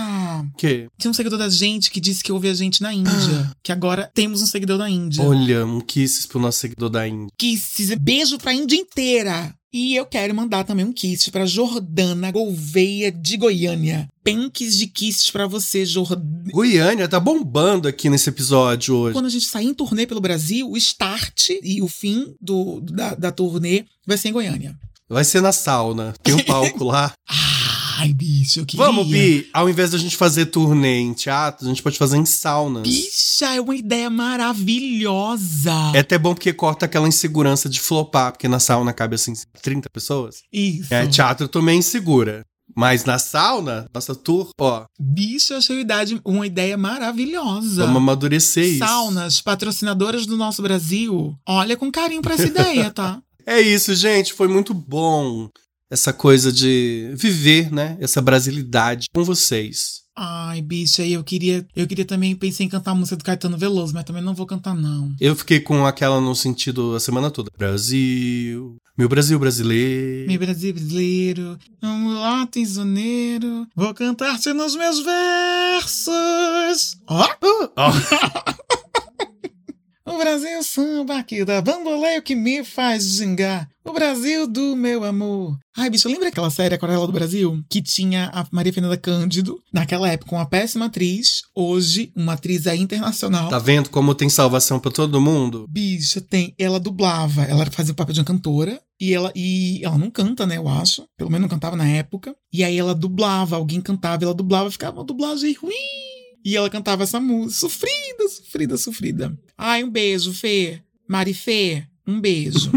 [SPEAKER 1] Que?
[SPEAKER 2] Tem um seguidor da gente que disse que ouve a gente na Índia.
[SPEAKER 1] Ah.
[SPEAKER 2] que agora temos um seguidor da Índia.
[SPEAKER 1] Olha, um kisses pro nosso seguidor da Índia.
[SPEAKER 2] kisses. Beijo pra Índia inteira. E eu quero mandar também um kiss pra Jordana Gouveia de Goiânia. Penques de kisses pra você, Jordana.
[SPEAKER 1] Goiânia tá bombando aqui nesse episódio hoje.
[SPEAKER 2] Quando a gente sair em turnê pelo Brasil, o start e o fim do, da, da turnê vai ser em Goiânia.
[SPEAKER 1] Vai ser na sauna. Tem um palco lá.
[SPEAKER 2] Ai, bicho, eu queria.
[SPEAKER 1] Vamos, Bi! Ao invés da gente fazer turnê em teatro, a gente pode fazer em saunas.
[SPEAKER 2] Bicha, é uma ideia maravilhosa.
[SPEAKER 1] É até bom porque corta aquela insegurança de flopar, porque na sauna cabe assim 30 pessoas.
[SPEAKER 2] Isso.
[SPEAKER 1] É, teatro também é insegura. Mas na sauna, nossa tour, ó,
[SPEAKER 2] Bicha, achei uma idade- uma ideia maravilhosa.
[SPEAKER 1] vamos amadurecer isso.
[SPEAKER 2] Saunas, patrocinadoras do nosso Brasil, olha com carinho pra essa ideia, tá?
[SPEAKER 1] É isso, gente. Foi muito bom essa coisa de viver, né? Essa brasilidade com vocês.
[SPEAKER 2] Ai, bicha, aí eu queria, eu queria também pensei em cantar a música do Caetano Veloso, mas também não vou cantar não.
[SPEAKER 1] Eu fiquei com aquela no sentido a semana toda. Brasil, meu Brasil brasileiro.
[SPEAKER 2] Meu Brasil brasileiro, um mulato isoneiro, vou cantar-te nos meus versos. Ó! O Brasil samba aqui da bamboleio que me faz gingar. O Brasil do meu amor. Ai, bicho, lembra aquela série Aquarela do Brasil? Que tinha a Maria Fernanda Cândido, naquela época uma péssima atriz, hoje uma atriz aí internacional.
[SPEAKER 1] Tá vendo como tem salvação pra todo mundo?
[SPEAKER 2] Bicha, tem. Ela dublava, ela fazia o papel de uma cantora. E ela, e ela não canta, né? Eu acho. Pelo menos não cantava na época. E aí ela dublava, alguém cantava, ela dublava, ficava uma dublagem ruim. E ela cantava essa música. Sofrida, sofrida, sofrida. Ai, um beijo, Fê. Mari Fê, um beijo.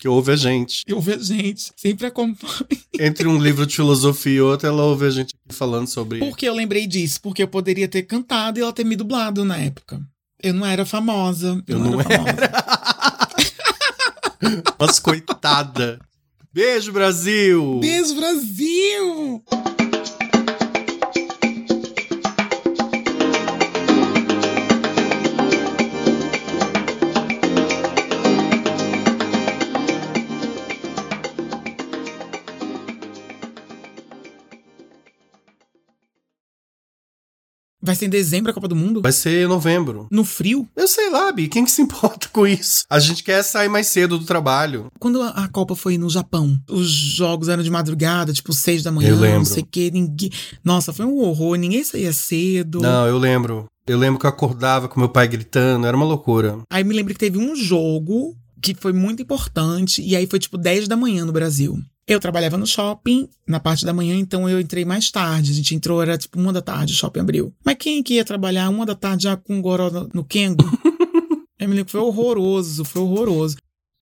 [SPEAKER 1] Que ouve a gente.
[SPEAKER 2] Eu vejo, gente, sempre é acompanho.
[SPEAKER 1] Entre um livro de filosofia e outro, ela ouve a gente aqui falando sobre.
[SPEAKER 2] Por que eu lembrei disso? Porque eu poderia ter cantado e ela ter me dublado na época. Eu não era famosa. Eu, não, era, famosa.
[SPEAKER 1] Nossa, coitada. Beijo, Brasil!
[SPEAKER 2] Beijo, Brasil! Vai ser em dezembro a Copa do Mundo?
[SPEAKER 1] Vai ser em novembro.
[SPEAKER 2] No frio?
[SPEAKER 1] Eu sei lá, Bi, quem que se importa com isso? A gente quer sair mais cedo do trabalho.
[SPEAKER 2] Quando a, a Copa foi no Japão, os jogos eram de madrugada, tipo seis da manhã,
[SPEAKER 1] Eu lembro.
[SPEAKER 2] não sei o quê. Ninguém... Nossa, foi um horror. Ninguém saía cedo.
[SPEAKER 1] Não, eu lembro. Eu lembro que eu acordava com meu pai gritando, era uma loucura.
[SPEAKER 2] Aí me lembro que teve um jogo que foi muito importante, e aí foi tipo 10 da manhã no Brasil. Eu trabalhava no shopping na parte da manhã, então eu entrei mais tarde. A gente entrou, era tipo uma da tarde, o shopping abriu. Mas quem é que ia trabalhar uma da tarde já com goró no- no Kengo? Eu me lembro que foi horroroso, foi horroroso.